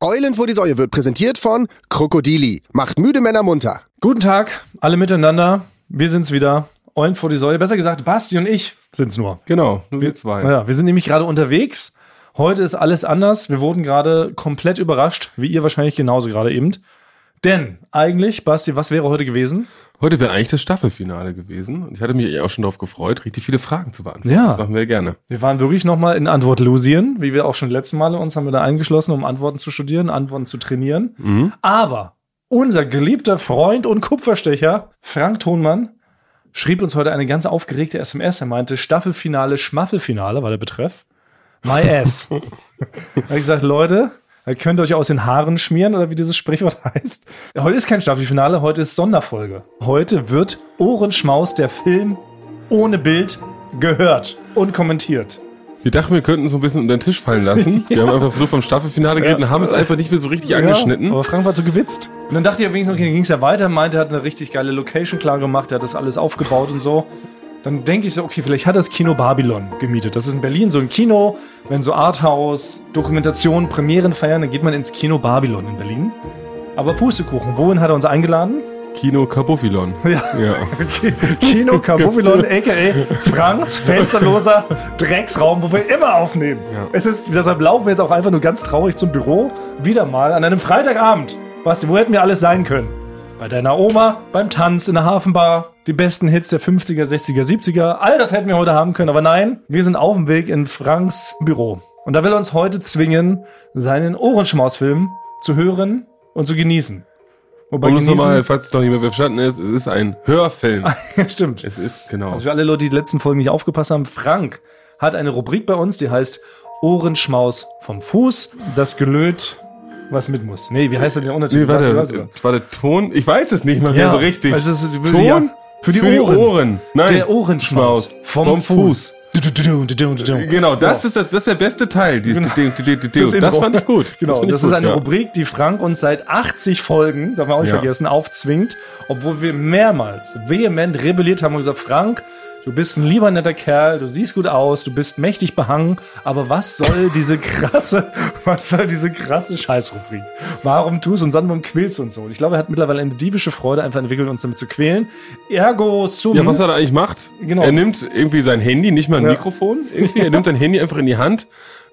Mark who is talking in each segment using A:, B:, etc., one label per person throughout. A: Eulen vor die Säue wird präsentiert von Krokodili. Macht müde Männer munter.
B: Guten Tag, alle miteinander. Wir sind's wieder. Eulen vor die Säule. Besser gesagt, Basti und ich sind's nur.
C: Genau, nur wir zwei.
B: Ja, wir sind nämlich gerade unterwegs. Heute ist alles anders. Wir wurden gerade komplett überrascht, wie ihr wahrscheinlich genauso gerade eben. Denn eigentlich, Basti, was wäre heute gewesen?
C: Heute wäre eigentlich das Staffelfinale gewesen und ich hatte mich eh auch schon darauf gefreut, richtig viele Fragen zu beantworten.
B: Ja.
C: Das machen wir gerne.
B: Wir waren wirklich nochmal in Antwort Lusien, wie wir auch schon letzten Male uns haben wir da eingeschlossen, um Antworten zu studieren, Antworten zu trainieren. Aber unser geliebter Freund und Kupferstecher, Frank Thonmann, schrieb uns heute eine ganz aufgeregte SMS. Er meinte Staffelfinale, Schmaffelfinale war der Betreff. My ass. er hat gesagt, Leute, ihr könnt euch aus den Haaren schmieren oder wie dieses Sprichwort heißt. Heute ist kein Staffelfinale, heute ist Sonderfolge. Heute wird Ohrenschmaus, der Film ohne Bild, gehört und kommentiert.
C: Wir dachten, wir könnten so ein bisschen unter den Tisch fallen lassen. Wir haben einfach nur vom Staffelfinale geredet und haben es einfach nicht mehr so richtig angeschnitten.
B: Ja, Oh. aber Frank war zu gewitzt. Und dann dachte ich wenigstens, okay, dann ging es ja weiter. Meinte, er hat eine richtig geile Location klar gemacht, er hat das alles aufgebaut und so. Dann denke ich so, okay, vielleicht hat das Kino Babylon gemietet. Das ist in Berlin so ein Kino, wenn so Arthouse, Dokumentation, Premieren feiern, dann geht man ins Kino Babylon in Berlin. Aber Pustekuchen, wohin hat er uns eingeladen?
C: Kino Kabufilon.
B: Ja.
C: Ja.
B: Kino Kabufilon, a.k.a. Franks fensterloser Drecksraum, wo wir immer aufnehmen.
C: Ja.
B: Es ist, deshalb laufen wir jetzt auch einfach nur ganz traurig zum Büro. Wieder mal an einem Freitagabend. Basti, wo hätten wir alles sein können? Bei deiner Oma, beim Tanz in der Hafenbar, die besten Hits der 50er, 60er, 70er. All das hätten wir heute haben können, aber nein, wir sind auf dem Weg in Franks Büro. Und da will er uns heute zwingen, seinen Ohrenschmausfilm zu hören und zu genießen. Wobei
C: Und uns nochmal, falls es noch niemand verstanden ist, es ist ein Hörfilm.
B: Stimmt.
C: Es ist, genau.
B: Ah. Also für alle Leute, die die letzten Folgen nicht aufgepasst haben, Frank hat eine Rubrik bei uns, die heißt Ohrenschmaus vom Fuß, das Gelöt, was mit muss. Nee, wie heißt er denn der Untertitel?
C: Nee, warte,
B: Weißt du, weißt
C: war der Ton? Ich weiß es nicht mal
B: du?
C: mehr so richtig.
B: Also es ist,
C: Ton?
B: Ja, für die Ohren.
C: Nein.
B: Der Ohrenschmaus vom,
C: Vom
B: Fuß. Du, du, du, du, du, du, du.
C: Genau, das,
B: Ja.
C: ist das, das ist der beste Teil. Dieses
B: Genau.
C: Ding, ding, ding, ding.
B: Das
C: Das,
B: Intro.
C: fand ich gut.
B: Genau,
C: fand ich
B: das
C: gut,
B: ist eine
C: ja.
B: Rubrik, die Frank uns seit 80 Folgen, darf man auch nicht
C: Ja.
B: vergessen, aufzwingt, obwohl wir mehrmals vehement rebelliert haben und gesagt, Frank, du bist ein lieber netter Kerl, du siehst gut aus, du bist mächtig behangen, aber was soll diese krasse, was soll diese krasse Scheißrubrik? Warum tust du uns an, warum quälst du uns so? Und ich glaube, er hat mittlerweile eine diebische Freude einfach entwickelt, uns damit zu quälen. Ergo sum.
C: Ja, was er da eigentlich macht,
B: Genau.
C: er nimmt irgendwie sein Handy, nicht mal ein
B: Ja.
C: Mikrofon, irgendwie, er nimmt sein Handy einfach in die Hand,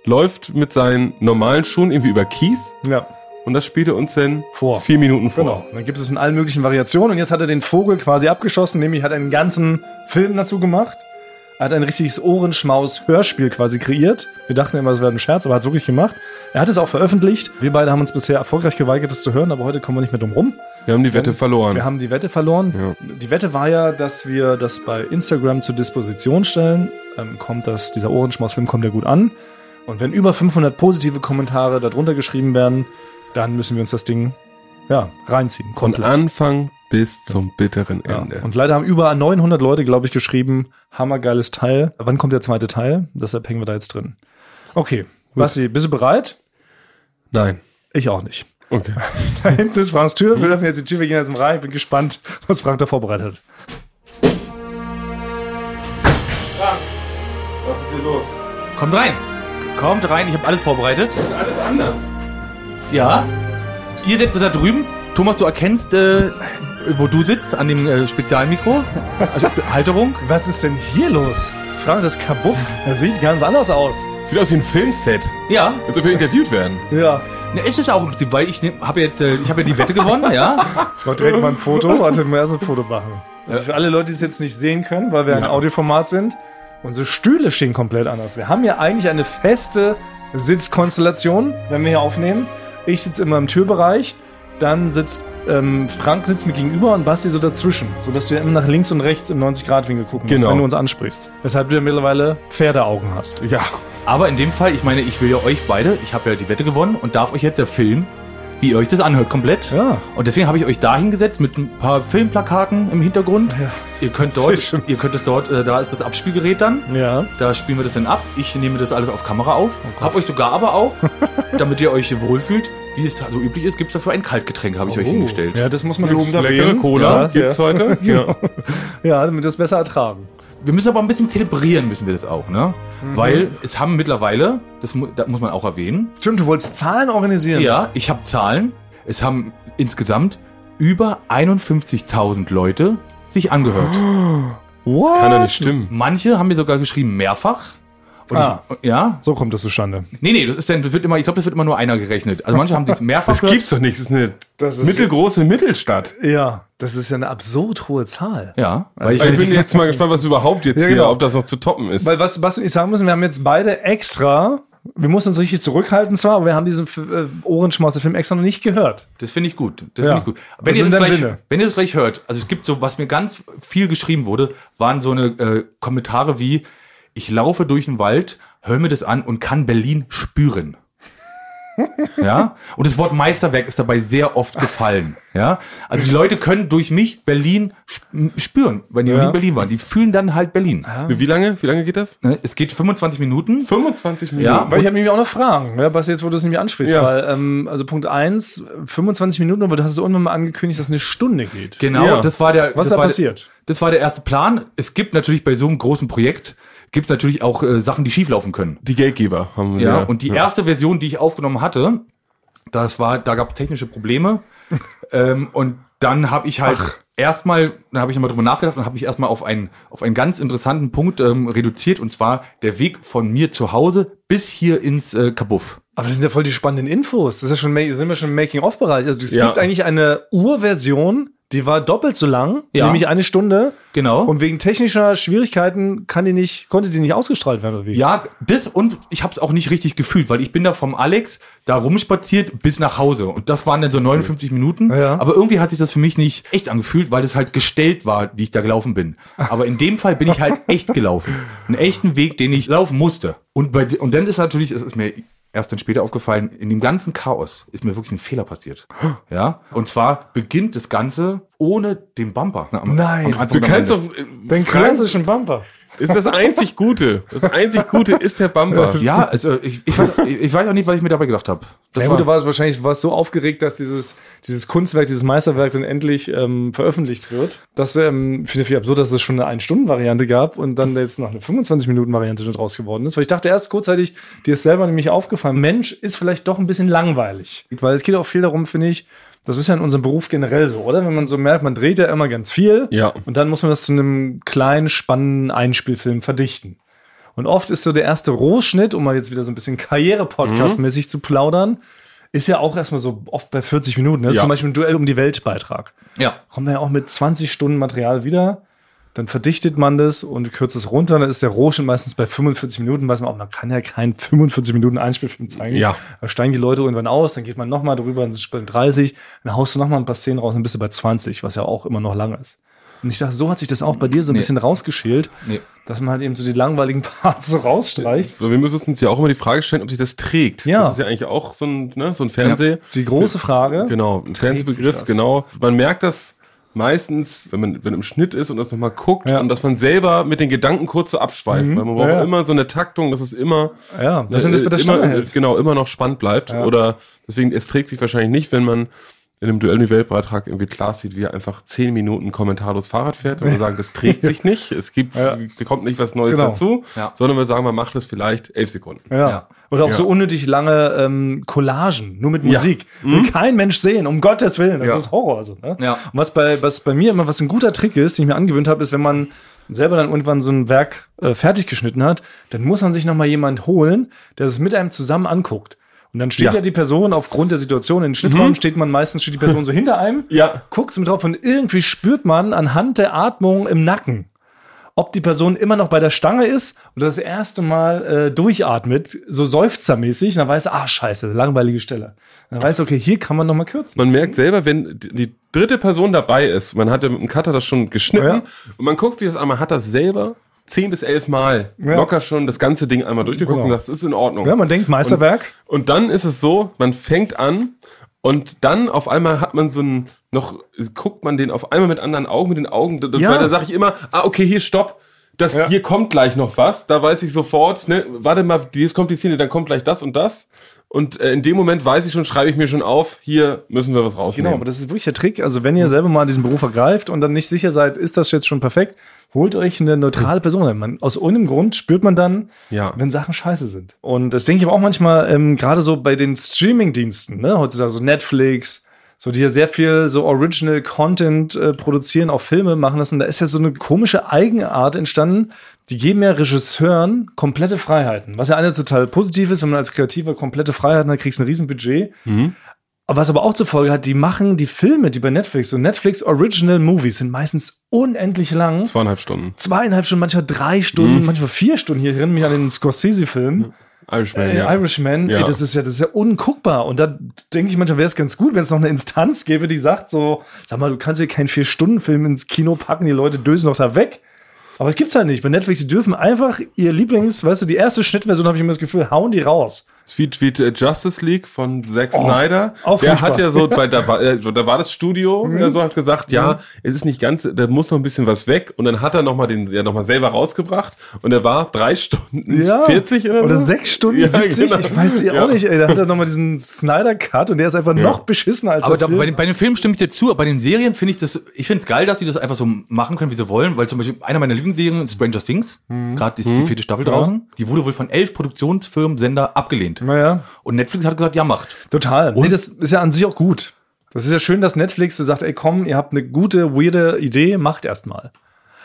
C: läuft mit seinen normalen Schuhen irgendwie über Kies
B: ja.
C: und das spielt er uns dann
B: Vor.
C: vier Minuten vor.
B: Genau, dann gibt es in allen möglichen Variationen. Und jetzt hat er den Vogel quasi abgeschossen, nämlich hat einen ganzen Film dazu gemacht. Er hat ein richtiges Ohrenschmaus-Hörspiel quasi kreiert. Wir dachten immer, das wäre ein Scherz, aber er hat es wirklich gemacht. Er hat es auch veröffentlicht. Wir beide haben uns bisher erfolgreich geweigert, das zu hören, aber heute kommen wir nicht mehr drum rum.
C: Wir haben die Wette verloren.
B: Wir haben die Wette verloren. Die Wette war ja, dass wir das bei Instagram zur Disposition stellen. Ähm, kommt das, dieser Ohrenschmaus-Film kommt ja gut an. Und wenn über 500 positive Kommentare darunter geschrieben werden, dann müssen wir uns das Ding ja, reinziehen.
C: Von Anfang bis zum bitteren
B: Ja.
C: Ende.
B: Und leider haben über 900 Leute, glaube ich, geschrieben, hammergeiles Teil. Wann kommt der zweite Teil? Deshalb hängen wir da jetzt drin. Okay, Basti, bist du bereit?
C: Nein.
B: Ich auch nicht. Hm?
C: Okay.
B: Da hinten ist Franks Tür. Wir öffnen jetzt die Tür, wir gehen jetzt mal rein. Ich bin gespannt, was Frank da vorbereitet hat.
C: Was ist hier los?
D: Kommt rein. Kommt rein, ich habe alles vorbereitet.
C: Alles anders.
D: Ja. Ihr sitzt da drüben. Thomas, du erkennst, äh, wo du sitzt, an dem äh, Spezialmikro. Also Halterung.
B: Was ist denn hier los? Frank, das Kabuff, das sieht ganz anders aus.
C: Sieht aus wie ein Filmset,
D: Ja.
C: als ob wir interviewt werden.
B: Ja.
D: Na, ist es auch im Prinzip, weil ich habe jetzt, äh, ich habe ja die Wette gewonnen, ja.
B: Ich wollte direkt mal ein Foto. Warte, mal erst ein Foto machen. Also für alle Leute, die es jetzt nicht sehen können, weil wir ein Audioformat sind, unsere Stühle stehen komplett anders. Wir haben ja eigentlich eine feste Sitzkonstellation, wenn wir hier aufnehmen. Ich sitze immer im Türbereich, dann sitzt ähm, Frank sitzt mir gegenüber und Basti so dazwischen, sodass du ja immer nach links und rechts im 90-Grad-Winkel gucken musst,
C: Genau.
B: wenn du uns ansprichst. Weshalb du ja mittlerweile Pferdeaugen hast.
C: Ja.
D: Aber in dem Fall, ich meine, ich will ja euch beide, ich habe ja die Wette gewonnen und darf euch jetzt ja filmen, wie ihr euch das anhört, komplett.
B: Ja.
D: Und deswegen habe ich euch da hingesetzt mit ein paar Filmplakaten im Hintergrund.
B: Ja.
D: Ihr könnt
B: Sehr schön.
D: dort, ihr könnt es dort, äh, da ist das Abspielgerät dann.
B: Ja.
D: Da spielen wir das dann ab. Ich nehme das alles auf Kamera auf.
B: Oh Gott.
D: hab euch sogar aber auch, damit ihr euch hier wohlfühlt, wie es so üblich ist, gibt's dafür ein Kaltgetränk, habe ich
C: Oh.
B: Oh.
D: euch hingestellt.
B: Ja, das muss man lobend
C: Leckere
B: erwähnen.
C: Cola
B: ja, Genau.
C: gibt's heute. Ja.
B: ja, damit wir es besser ertragen.
D: wir müssen aber ein bisschen zelebrieren, müssen wir das auch, ne?
B: Mhm.
D: Weil es haben mittlerweile, das, mu- das muss man auch erwähnen,
B: Stimmt, du wolltest Zahlen organisieren.
D: ja, ich habe Zahlen, es haben insgesamt über 51.000 Leute sich angehört.
B: What?
C: Kann doch nicht stimmen.
D: Manche haben mir sogar geschrieben, mehrfach. Und
B: Ah.
D: ich, ja,
B: So kommt das zustande.
D: nee, nee, das ist dann, das wird immer, ich glaube, das wird immer nur einer gerechnet. Also manche haben dies mehrfach
C: Das gibt's doch nicht. Das ist eine
B: Das ist-
C: mittelgroße Mittelstadt.
B: Ja, das ist ja eine absurd hohe Zahl.
D: Ja, weil ich,
C: Ich, bin jetzt mal gespannt, was überhaupt jetzt
B: Ja,
C: hier,
B: genau.
C: ob das noch zu toppen ist.
B: Weil was, was ich sagen müssen, wir haben jetzt beide extra, wir mussten uns richtig zurückhalten zwar, aber wir haben diesen F- äh, Ohrenschmaus-Film extra noch nicht gehört.
D: Das finde ich gut. Das
B: Ja.
D: finde ich gut.
B: Das
D: Wenn ihr,
B: sind
D: das
B: dann
D: gleich,
B: Sinne.
D: wenn ihr das gleich hört, also es gibt so, was mir ganz viel geschrieben wurde, waren so eine äh, Kommentare wie, ich laufe durch den Wald, höre mir das an und kann Berlin spüren. ja? Und das Wort Meisterwerk ist dabei sehr oft gefallen. Ja? Also die Leute können durch mich Berlin sp- spüren, wenn die noch nie in Berlin waren. Die fühlen dann halt Berlin.
B: Ah.
C: Wie lange? Wie lange geht das?
D: Ne? Es geht 25 Minuten.
C: 25 Minuten.
D: Ja,
B: Weil ich habe nämlich auch noch Fragen, ja, was jetzt, wo du es nämlich ansprichst,
C: Ja.
B: weil, ähm, also Punkt eins, 25 Minuten, aber du hast es irgendwann mal angekündigt, dass es eine Stunde geht.
D: Genau,
C: Ja.
D: das war der.
B: Was
D: das
B: da
D: war
B: passiert?
D: Der, das war der erste Plan. Es gibt natürlich bei so einem großen Projekt gibt's natürlich auch äh, Sachen, die schieflaufen können.
C: Die Geldgeber haben wir.
D: Ja, und die erste Version, die ich aufgenommen hatte, das war, da gab es technische Probleme. ähm, und dann habe ich halt erstmal, dann habe ich nochmal drüber nachgedacht und habe mich erstmal auf einen, auf einen ganz interessanten Punkt ähm, reduziert und zwar der Weg von mir zu Hause bis hier ins äh, Kabuff.
B: Aber das sind ja voll die spannenden Infos. Das ist ja schon, ma- sind wir schon im Making-of-Bereich. Also es
C: Ja.
B: gibt eigentlich eine Urversion, die war doppelt so lang,
D: Ja.
B: nämlich eine Stunde.
D: Genau.
B: Und wegen technischer Schwierigkeiten kann die nicht, konnte die nicht ausgestrahlt werden oder wie?
D: Ja, das und ich habe es auch nicht richtig gefühlt, weil ich bin da vom Alex da rumspaziert bis nach Hause und das waren dann so 59 Minuten.
B: Ja.
D: Aber irgendwie hat sich das für mich nicht echt angefühlt, weil es halt gestellt war, wie ich da gelaufen bin. Aber in dem Fall bin ich halt echt gelaufen, einen echten Weg, den ich laufen musste. Und bei di- und dann ist natürlich, es ist mir erst dann später aufgefallen, in dem ganzen Chaos ist mir wirklich ein Fehler passiert. Ja, und zwar beginnt das Ganze ohne den Bumper.
B: Nein.
C: Du kannst doch.
B: Den
C: Den Frank
B: klassischen Bumper.
C: ist das einzig Gute. Das einzig Gute ist der Bumper.
D: ja, also ich, ich, weiß, ich, ich weiß auch nicht, was ich mir dabei gedacht habe.
B: Ja gut, du warst wahrscheinlich warst so aufgeregt, dass dieses, dieses Kunstwerk, dieses Meisterwerk dann endlich ähm, veröffentlicht wird. Das ähm, finde ich viel absurd, dass es schon eine Ein-Stunden-Variante gab und dann jetzt noch eine 25-Minuten-Variante draus geworden ist. Weil ich dachte erst kurzzeitig, dir ist selber nämlich aufgefallen, Mensch, ist vielleicht doch ein bisschen langweilig. Weil es geht auch viel darum, finde ich, das ist ja in unserem Beruf generell so, oder? Wenn man so merkt, man dreht ja immer ganz viel
C: Ja.
B: und dann muss man das zu einem kleinen, spannenden Einspielfilm verdichten. Und oft ist so der erste Rohschnitt, um mal jetzt wieder so ein bisschen Karriere-Podcast-mäßig zu plaudern, ist ja auch erstmal so oft bei 40 Minuten. Ne?
C: Ja.
B: Zum Beispiel ein Duell um die Welt-Beitrag.
D: ja.
B: Kommt man ja auch mit 20 Stunden Material wieder. Dann verdichtet man das und kürzt es runter. Dann ist der Rohschnitt meistens bei 45 Minuten. Weiß man auch, man kann ja keinen 45 Minuten Einspielfilm zeigen.
C: Ja.
B: Da steigen die Leute irgendwann aus, dann geht man nochmal drüber, dann sind es bei 30. Dann haust du nochmal ein paar Szenen raus, dann bist du bei 20, was ja auch immer noch lang ist. Und ich dachte, so hat sich das auch bei dir so ein bisschen rausgeschält,
D: Nee.
B: dass man halt eben so die langweiligen Parts so rausstreicht.
C: Wir müssen uns ja auch immer die Frage stellen, ob sich das trägt.
B: Ja.
C: Das ist ja eigentlich auch so ein, ne, so ein Fernseh.
B: Die große Frage.
C: Genau, ein
B: sich
C: Fernsehbegriff,
B: das?
C: genau. Man merkt das meistens, wenn man wenn im Schnitt ist und das nochmal guckt
B: Ja. Mhm.
C: und dass man selber mit den Gedanken kurz so abschweift. Weil man braucht
B: ja.
C: immer so eine Taktung, dass es immer,
B: Ja, dass man das mit der Stange
C: immer,
B: hält.
C: genau, immer noch spannend bleibt. Oder deswegen, es trägt sich wahrscheinlich nicht, wenn man in einem Duell mit Weltbeitrag irgendwie klar sieht, wie er einfach zehn Minuten kommentarlos Fahrrad fährt und wir sagen, das trägt sich nicht, es gibt, kommt nicht was Neues
B: Genau.
C: dazu,
D: Ja.
C: sondern wir sagen, man macht es vielleicht elf Sekunden.
B: Ja.
D: Ja.
B: Oder auch
C: Ja.
B: so unnötig lange ähm, Collagen, nur mit Musik. Will kein Mensch sehen, um Gottes Willen. Das
C: Ja.
B: ist Horror. Also, ne?
D: Ja.
B: Und was bei, was bei mir immer, was ein guter Trick ist, den ich mir angewöhnt habe, ist, wenn man selber dann irgendwann so ein Werk äh, fertig geschnitten hat, dann muss man sich nochmal jemand holen, der es mit einem zusammen anguckt. Und dann steht ja,
C: Ja.
B: die Person aufgrund der Situation in den Schnittraum, steht man meistens, steht die Person so hinter einem,
C: Ja.
B: guckt mit drauf und irgendwie spürt man anhand der Atmung im Nacken, ob die Person immer noch bei der Stange ist und das erste Mal äh, durchatmet, so seufzermäßig, dann weiß er, ah, scheiße, langweilige Stelle. Dann weiß er, okay, hier kann man nochmal kürzen.
C: man merkt selber, wenn die- die dritte Person dabei ist, man hatte mit dem Cutter das schon geschnitten
B: Ja.
C: und man guckt sich das an, man hat das selber zehn bis elf Mal
B: Ja.
C: locker schon das ganze Ding einmal durchgeguckt
B: Genau.
C: und das ist in Ordnung.
B: Ja, man denkt, Meisterwerk.
C: Und dann ist es so, man fängt an und dann auf einmal hat man so ein, noch guckt man den auf einmal mit anderen Augen, mit den Augen, das,
B: Ja.
C: weil da sage ich immer, ah, okay, hier stopp. Das
B: Ja.
C: hier kommt gleich noch was, da weiß ich sofort, ne, warte mal, jetzt kommt die Szene, dann kommt gleich das und das. Und äh, in dem Moment weiß ich schon, schreibe ich mir schon auf, hier müssen wir was rausnehmen.
B: Genau, aber das ist wirklich der Trick. Also wenn ihr selber mal diesen Beruf ergreift und dann nicht sicher seid, ist das jetzt schon perfekt, holt euch eine neutrale Person. Man, aus irgendeinem Grund spürt man dann,
C: Ja.
B: wenn Sachen scheiße sind. Und das denke ich aber auch manchmal, ähm, gerade so bei den Streaming-Diensten, ne, heutzutage, so Netflix, so die ja sehr viel so Original Content äh, produzieren, auch Filme machen lassen, da ist ja so eine komische Eigenart entstanden. Die geben ja Regisseuren komplette Freiheiten. Was ja einer total positiv ist, wenn man als Kreativer komplette Freiheiten hat, kriegst du ein Riesenbudget. Aber was aber auch zur Folge hat, die machen die Filme, die bei Netflix, so Netflix Original Movies, sind meistens unendlich lang
C: Zweieinhalb Stunden.
B: zweieinhalb Stunden, manchmal drei Stunden,
C: Hm.
B: manchmal vier Stunden. Hier erinnere mich an den Scorsese-Film,
C: Irishman,
B: äh,
C: ja.
B: Irishman.
C: Ja.
B: Ey, das ist ja, das ist ja unguckbar. Und da denke ich manchmal, wäre es ganz gut, wenn es noch eine Instanz gäbe, die sagt so, sag mal, du kannst hier keinen Vier-Stunden-Film ins Kino packen, die Leute dösen doch da weg. Aber es gibt's halt nicht. Bei Netflix, die dürfen einfach ihr Lieblings, weißt du, die erste Schnittversion habe ich immer das Gefühl, hauen die raus.
C: Sweet, Sweet äh, Justice League von Zack
B: Oh,
C: Snyder.
B: auch
C: Der
B: furchtbar.
C: hat ja so, bei, da, war, äh, da war das Studio,
B: Mhm.
C: der so hat gesagt, ja, es ist nicht ganz, da muss noch ein bisschen was weg. Und dann hat er nochmal den, ja, nochmal selber rausgebracht. Und er war drei Stunden 40 oder, so.
B: sechs Stunden
C: Ja,
B: 70.
C: genau.
B: Ich weiß ja
C: Ja.
B: auch nicht, ey. Da hat er nochmal diesen Snyder-Cut und der ist einfach noch beschissener als
D: Aber
B: der
D: da, bei,
B: Film.
D: den, bei den Filmen stimme ich dir zu, aber bei den Serien finde ich das, ich finde es geil, dass sie das einfach so machen können, wie sie wollen, weil zum Beispiel einer meiner Lieblingsserien ist Stranger Things,
B: Mhm.
D: gerade ist die vierte Staffel draußen, die wurde wohl von elf Produktionsfirmen, Sender abgelehnt.
B: Naja.
D: Und Netflix hat gesagt, ja, macht.
B: Total. Nee, das ist ja an sich auch gut. Das ist ja schön, dass Netflix so sagt, ey komm, ihr habt eine gute, weirde Idee, macht erstmal.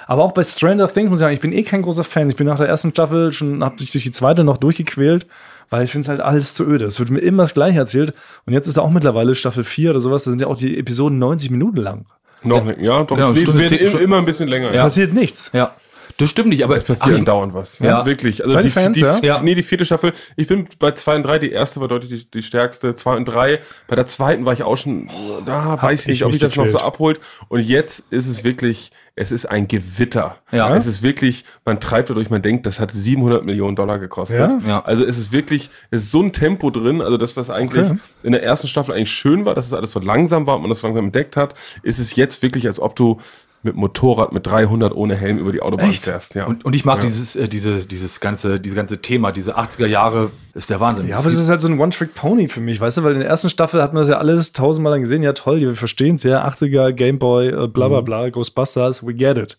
B: Aber auch bei Stranger Things muss ich sagen, ich bin eh kein großer Fan. Ich bin nach der ersten Staffel schon, hab sich durch die zweite noch durchgequält, weil ich finde es halt alles zu öde. Es wird mir immer das Gleiche erzählt. Und jetzt ist da auch mittlerweile Staffel 4 oder sowas, da sind ja auch die Episoden 90 Minuten lang.
C: Noch nicht, ja, doch.
D: Ja,
C: es
D: Stunde
C: wird
D: zehn-
C: im- immer ein bisschen länger.
D: Ja.
B: Passiert nichts.
D: Ja. Das stimmt nicht, aber
C: Es passiert
D: Ach,
C: dauernd was.
D: Ja.
C: wirklich. Also
B: Seid
C: die,
B: ihr Fans,
C: die,
B: ja?
D: Ja.
C: Nee, die vierte Staffel. Ich bin bei zwei und drei. Die erste war deutlich die, die stärkste. Zwei und drei. Bei der zweiten war ich auch schon, oh, da weiß ich
B: ich
C: nicht, ob
B: mich
C: ich das noch so
B: gequält.
C: abholt. Und jetzt ist es wirklich, es ist ein Gewitter.
D: Ja.
C: Es ist wirklich, man treibt dadurch, man denkt, das hat 700 Millionen Dollar gekostet.
B: Ja?
D: Ja.
C: Also es ist wirklich, es ist so ein Tempo drin. Also das, was eigentlich
B: Okay.
C: in der ersten Staffel eigentlich schön war, dass es alles so langsam war und man das langsam entdeckt hat, ist es jetzt wirklich, als ob du mit Motorrad mit 300 ohne Helm über die Autobahn
B: Echt?
C: fährst. Ja.
D: Und, und ich mag
C: Ja.
D: dieses, äh, dieses, dieses ganze, dieses ganze Thema, diese 80er Jahre, ist der Wahnsinn.
B: Ja, aber es ist halt so ein One-Trick-Pony für mich, weißt du, weil in der ersten Staffel hat man das ja alles tausendmal dann gesehen, ja toll, wir verstehen es, ja, 80er, Gameboy, äh, bla
C: Mhm.
B: bla bla, Ghostbusters, we get it.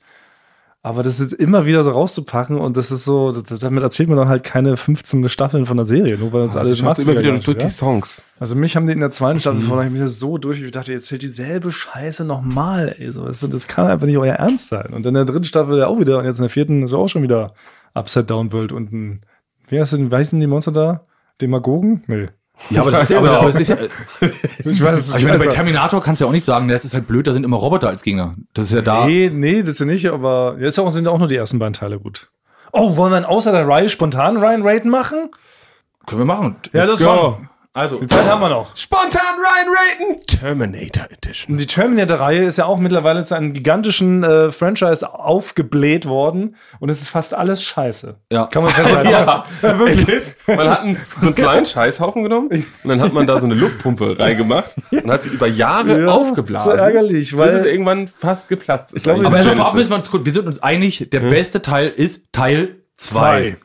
B: Aber das ist immer wieder so rauszupacken und das ist so, das, damit erzählt man dann halt keine 15 Staffeln von der Serie, nur weil uns
C: Also
B: alle
C: ich mach's
B: 80er
C: immer wieder
B: gemacht
C: durch
B: wird,
C: die Songs.
B: ja? Also mich haben die in der zweiten Staffel von ich mich das so durch, ich dachte, ihr erzählt dieselbe Scheiße nochmal, ey, so, weißt du, das kann einfach nicht euer Ernst sein. Und in der dritten Staffel ja auch wieder und jetzt in der vierten ist auch schon wieder Upside Down World und ein, wie heißt denn, wie heißen die Monster da? Demagogen? Nee.
D: ja, aber das ist, aber, aber das ist ja,
B: Ich weiß es
D: Aber ich meine, bei
B: Also-
D: Terminator kannst du ja auch nicht sagen, das ist halt blöd, da sind immer Roboter als Gegner. Das ist ja da.
B: Nee, nee, das ja nicht, aber jetzt auch, sind auch nur die ersten beiden Teile gut. Oh, wollen wir dann außer der Reihe spontan Ryan Raid machen?
D: Können wir machen.
B: Ja,
D: Let's
B: das
D: go.
B: war.
D: Also,
B: Die Zeit haben wir noch.
C: Spontan Ryan Raten Terminator Edition.
B: Die Terminator-Reihe ist ja auch mittlerweile zu einem gigantischen äh, Franchise aufgebläht worden und es ist fast alles scheiße.
D: Ja.
B: Kann man festhalten. ja, wirklich.
C: Man hat einen, so einen kleinen Scheißhaufen genommen und dann hat man da so eine Luftpumpe reingemacht und hat sie über Jahre
B: Ja,
C: aufgeblasen.
B: so ärgerlich, weil-
C: bis es irgendwann fast geplatzt. Ich
B: glaube,
D: aber
B: Genesis.
D: erstmal vorab müssen wir uns kurz, wir sind uns einig, der beste Teil ist Teil 2.
B: Zwei.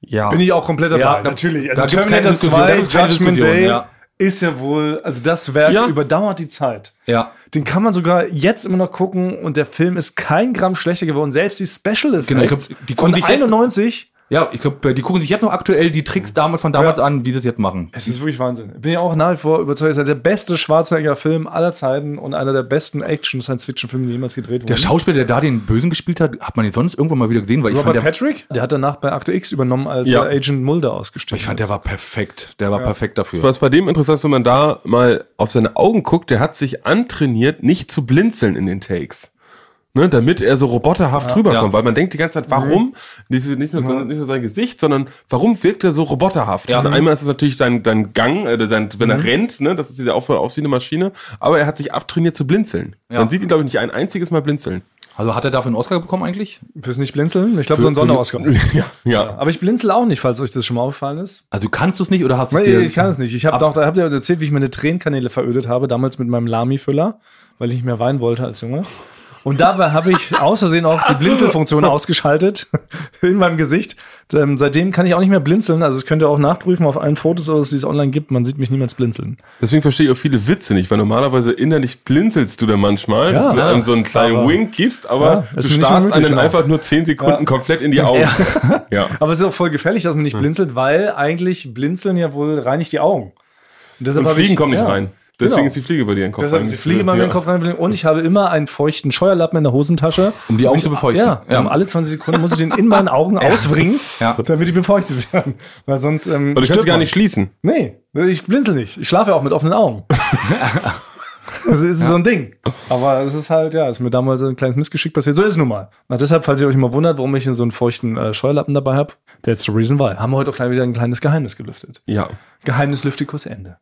C: ja.
B: Bin ich auch komplett dabei.
D: Ja, da-
B: natürlich. Also
D: da gibt's keine Diskussion, da gibt's keine
B: Judgment
D: Diskussion,
B: Day
D: ja.
B: ist ja wohl, also das Werk
C: Ja.
B: überdauert die Zeit.
D: Ja.
B: Den kann man sogar jetzt immer noch gucken und der Film ist kein Gramm schlechter geworden. Selbst die Special Effects
D: Genau, ich glaub, die
B: von
D: konnte ich jetzt-
B: 91.
D: Ja, ich glaube, die gucken sich jetzt noch aktuell die Tricks damals von damals an, wie sie es jetzt machen.
B: Es ist wirklich Wahnsinn. Bin ja auch nach wie vor überzeugt, es ist der beste Schwarzenegger-Film aller Zeiten und einer der besten Action-Science-Fiction-Filme, die jemals gedreht
D: Der
B: wurden.
D: Schauspieler, der da den Bösen gespielt hat, hat man den sonst irgendwann mal wieder gesehen, weil ich fand, der,
B: Patrick? Der hat danach bei Akte X übernommen, als
C: Ja.
B: äh, Agent Mulder ausgestiegen
D: ich fand, der
B: ist.
D: war perfekt. Der war perfekt dafür.
C: Was bei dem interessant ist, wenn man da mal auf seine Augen guckt, der hat sich antrainiert, nicht zu blinzeln in den Takes. Ne, damit er so roboterhaft rüberkommt,
D: ja. Mhm.
C: weil man denkt die ganze Zeit, warum, Diese- nicht, nur, sondern- nicht nur sein Gesicht, sondern warum wirkt er so roboterhaft? Und
D: Mhm.
C: einmal ist es natürlich dein, dein Gang, äh, sein, wenn er rennt, ne, das sieht ja auch voll aus wie eine Maschine, aber er hat sich abtrainiert zu blinzeln. Man sieht ihn, glaube ich, nicht ein einziges Mal blinzeln.
D: Also hat er dafür einen Oscar bekommen eigentlich?
B: Fürs Nicht-Blinzeln? Ich glaube, so ein Sonderausgabe.
C: ja, ja.
B: Aber ich blinzel auch nicht, falls euch das schon mal aufgefallen ist.
D: Also kannst du es nicht oder hast du es
B: Nee,
D: dir?
B: ich kann es nicht. Ich habe doch, da habt ihr erzählt, wie ich meine Tränenkanäle verödet habe, damals mit meinem Lami-Füller, weil ich nicht mehr weinen wollte als Junge. Und dabei habe ich aus Versehen auch die Blinzelfunktion ausgeschaltet in meinem Gesicht. Ähm, seitdem kann ich auch nicht mehr blinzeln. Also, das könnt ihr auch nachprüfen auf allen Fotos, oder so, die es online gibt. Man sieht mich niemals blinzeln.
C: Deswegen verstehe ich auch viele Witze nicht, weil normalerweise innerlich blinzelst du dann manchmal, dass du
B: ja.
C: einem so einen kleinen
B: Aber-
C: Wink gibst, aber
B: Ja, ist
C: du
B: mir nicht
C: starrst
B: möglich
C: einen
B: auch.
C: einfach nur 10 Sekunden komplett in die Augen. Ja.
B: Aber es ist auch voll gefährlich, dass man
C: Hm.
B: nicht blinzelt, weil eigentlich blinzeln ja wohl reinigt die Augen. Und, deshalb
C: Und
B: habe
C: Fliegen
B: ich-
C: kommen nicht
B: ja,
C: rein. Deswegen
B: genau.
C: ist die Fliege bei dir in den Kopf
B: Deshalb ist die Fliege mal in den Kopf rein und ich habe immer einen feuchten Scheuerlappen in der Hosentasche.
D: Um die Augen
B: Ich-
D: zu befeuchten.
B: Ja,
D: Ja.
B: Um alle 20 Sekunden muss ich den in meinen Augen ausbringen,
D: Ja.
B: damit die befeuchtet werden. Weil sonst. Ähm,
C: Weil du kannst
B: stirbt
C: sie gar
B: man.
C: nicht schließen.
B: Nee, ich blinzel nicht. Ich schlafe ja auch mit offenen Augen. Also es ist so ein Ding. Aber es ist halt, ja, ist mir damals ein kleines Missgeschick passiert. So ist es nun mal. Und deshalb, falls ihr euch mal wundert, warum ich so einen feuchten äh, Scheuerlappen dabei habe, that's the reason why. Haben wir heute auch gleich wieder ein kleines Geheimnis gelüftet.
C: Ja.
B: Geheimnis Lüftikus Ende.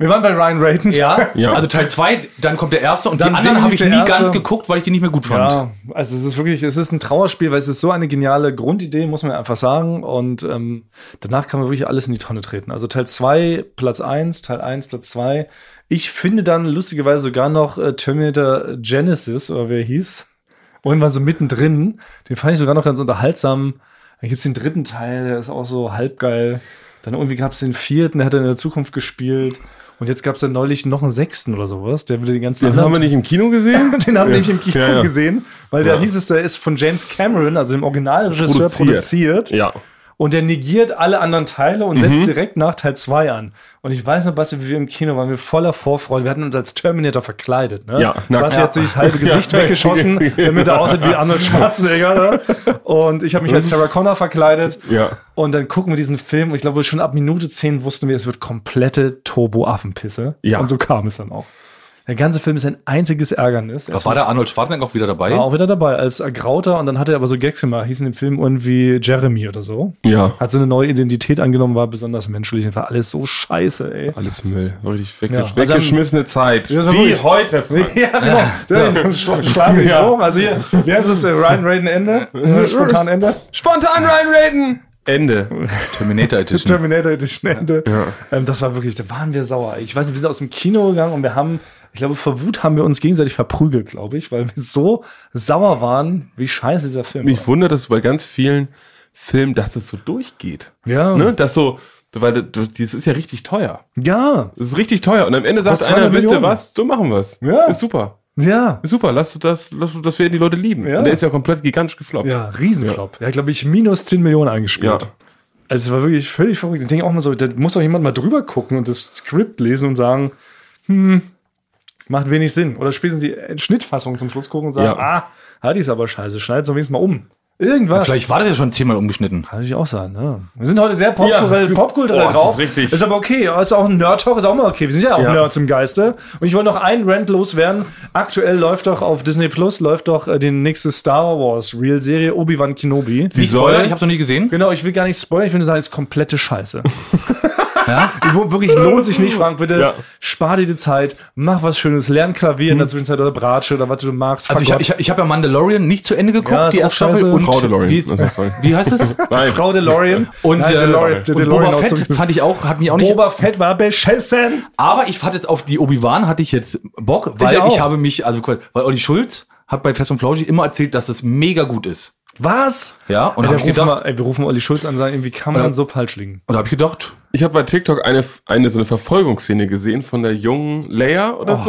B: Wir waren bei Ryan Raiden.
D: Ja,
C: Ja.
D: also Teil 2, dann kommt der erste und
B: Dann
D: die anderen habe ich nie
B: definitiv der
D: ganz
B: erste.
D: geguckt, weil ich die nicht mehr gut fand.
B: Ja, also es ist wirklich, es ist ein Trauerspiel, weil es ist so eine geniale Grundidee, muss man einfach sagen. Und ähm, danach kann man wirklich alles in die Tonne treten. Also Teil 2, Platz 1, Teil 1, Platz 2. Ich finde dann lustigerweise sogar noch äh, Terminator Genesis, oder wie er hieß. Irgendwann so mittendrin. Den fand ich sogar noch ganz unterhaltsam. Dann gibt es den dritten Teil, der ist auch so halbgeil. Dann irgendwie gab es den vierten, der hat dann in der Zukunft gespielt. Und jetzt gab es dann neulich noch einen sechsten oder sowas, der wieder den ganzen
C: Den
B: anderen
C: haben wir nicht im Kino gesehen.
B: den haben wir nämlich im Kino
C: Ja, ja.
B: gesehen, weil
C: Ja.
B: da hieß es, der ist von James Cameron, also dem Originalregisseur,
C: Produziert.
B: produziert.
C: Ja.
B: Und der negiert alle anderen Teile und
C: Mhm.
B: setzt direkt nach Teil 2 an. Und ich weiß noch, Basti, wie wir im Kino waren, wir voller Vorfreude. Wir hatten uns als Terminator verkleidet. Ne?
C: Ja, nackt.
B: Basti hat
C: Ja.
B: sich das halbe Gesicht
C: Ja.
B: weggeschossen, damit er aussieht wie Arnold Schwarzenegger. Ne? Und ich habe mich als Sarah Connor verkleidet.
C: Mhm. Ja.
B: Und dann gucken wir diesen Film. Und ich glaube, schon ab Minute 10 wussten wir, es wird komplette Turbo-Affenpisse.
C: Ja.
B: Und so kam es dann auch. Der ganze Film ist ein einziges Ärgernis.
D: Da war der Arnold Schwarzenegger auch wieder dabei.
B: War auch wieder dabei als Grauter und dann hat er aber so Gags gemacht, hieß in dem Film irgendwie Jeremy oder so.
C: Ja.
B: Hat so eine neue Identität angenommen, war besonders menschlich und war alles so scheiße, ey.
C: Alles Müll. Richtig
B: Ja.
C: weggesch
B: Also
C: weggeschmissene Zeit.
B: Ja, so ruhig.
C: heute, Frank.
B: Ja, genau. Ja. Sch- Schlagen wir
C: Ja.
B: den Bogen. Also hier, wie heißt es? äh, Ryan Raiden Ende? Äh, Spontan Ende?
C: Spontan reinraten. Ende.
D: Terminator Edition.
B: Terminator Edition Ende. Ähm, das war wirklich, da waren wir sauer. Ich weiß nicht, wir sind aus dem Kino gegangen und wir haben, ich glaube, vor Wut haben wir uns gegenseitig verprügelt, glaube ich, weil wir so sauer waren, wie scheiße dieser Film
C: Mich wundert es bei ganz vielen Filmen, dass es so durchgeht.
B: Ja.
C: Ne? Dass so, weil das das ist ja richtig teuer.
B: Ja,
C: Das ist richtig teuer. Und am Ende sagt
B: Kostet
C: einer,
B: 200
C: wisst ihr
B: Millionen.
C: was? So machen wir's.
B: Ja.
C: Ist super.
B: ja.
C: Ist super. Lasst das, lasst, das werden die Leute lieben.
B: Ja.
C: Und der ist ja komplett gigantisch gefloppt.
B: Ja, Riesenflop. Ja, glaube ich, minus 10 Millionen eingespielt.
C: Ja.
B: Also es war wirklich völlig verrückt. Ich denke auch mal so, da muss doch jemand mal drüber gucken und das Skript lesen und sagen, hm, macht wenig Sinn. Oder spätestens die äh, Schnittfassung zum Schluss gucken und sagen, ah, ah, die ist aber scheiße, schneid es doch wenigstens mal um. Irgendwas.
D: Vielleicht war das ja schon zehnmal umgeschnitten.
B: Kann ich auch sagen, ja. Wir sind heute sehr popkulturell
C: Ja.
B: popkulturell
C: Oh, das
B: drauf.
C: ist richtig.
B: Ist aber okay. Ist auch ein Nerd-Talk, ist auch mal okay. Wir sind ja auch
C: Ja.
B: Nerds im Geiste. Und ich wollte noch einen Rant loswerden. Aktuell läuft doch auf Disney Plus, läuft doch äh, die nächste Star Wars Real-Serie Obi-Wan Kenobi.
C: Sie
D: Nicht
C: soll-
D: Spoiler, ich habe noch nie gesehen.
B: Genau, ich will gar nicht spoilern, ich will nur sagen, es ist komplette Scheiße. Ich wo- Wirklich lohnt sich nicht, Frank, bitte
C: Ja. Hm.
B: spar dir die Zeit, mach was Schönes, lern Klavier in der Zwischenzeit oder Bratsche oder was du magst.
D: Also ich,
B: Fagott.
D: ich, ich habe ja Mandalorian nicht zu Ende geguckt,
B: Ja, ist
D: die
B: auch
D: erste Staffel.
B: scheiße.
D: Und
C: Frau DeLorean.
D: Wie,
C: Also, sorry.
D: wie heißt es?
C: Nein.
B: Frau DeLorean.
D: Und,
B: Nein,
D: äh,
B: DeLorean,
D: und
B: DeLorean
D: Boba
B: aus
D: Fett
B: dem-
D: fand ich auch, hat mich auch nicht.
B: Boba Fett war beschissen.
D: Aber ich hatte jetzt auf die Obi-Wan hatte ich jetzt Bock, weil
B: Ich
D: ich,
B: auch.
D: habe mich, also weil Olli Schulz hat bei Fest und Flauschig immer erzählt, dass es mega gut ist.
B: Was?
D: Ja, und
B: Ey,
D: hab
B: wir
D: ich
B: rufen
D: gedacht-
B: mal, ey, wir rufen Olli Schulz an und sagen, irgendwie kann man
D: Ja.
B: so falsch liegen.
D: Und da habe ich gedacht,
C: Ich habe bei TikTok eine, eine so eine Verfolgungsszene gesehen von der jungen Leia oder
B: Oh, das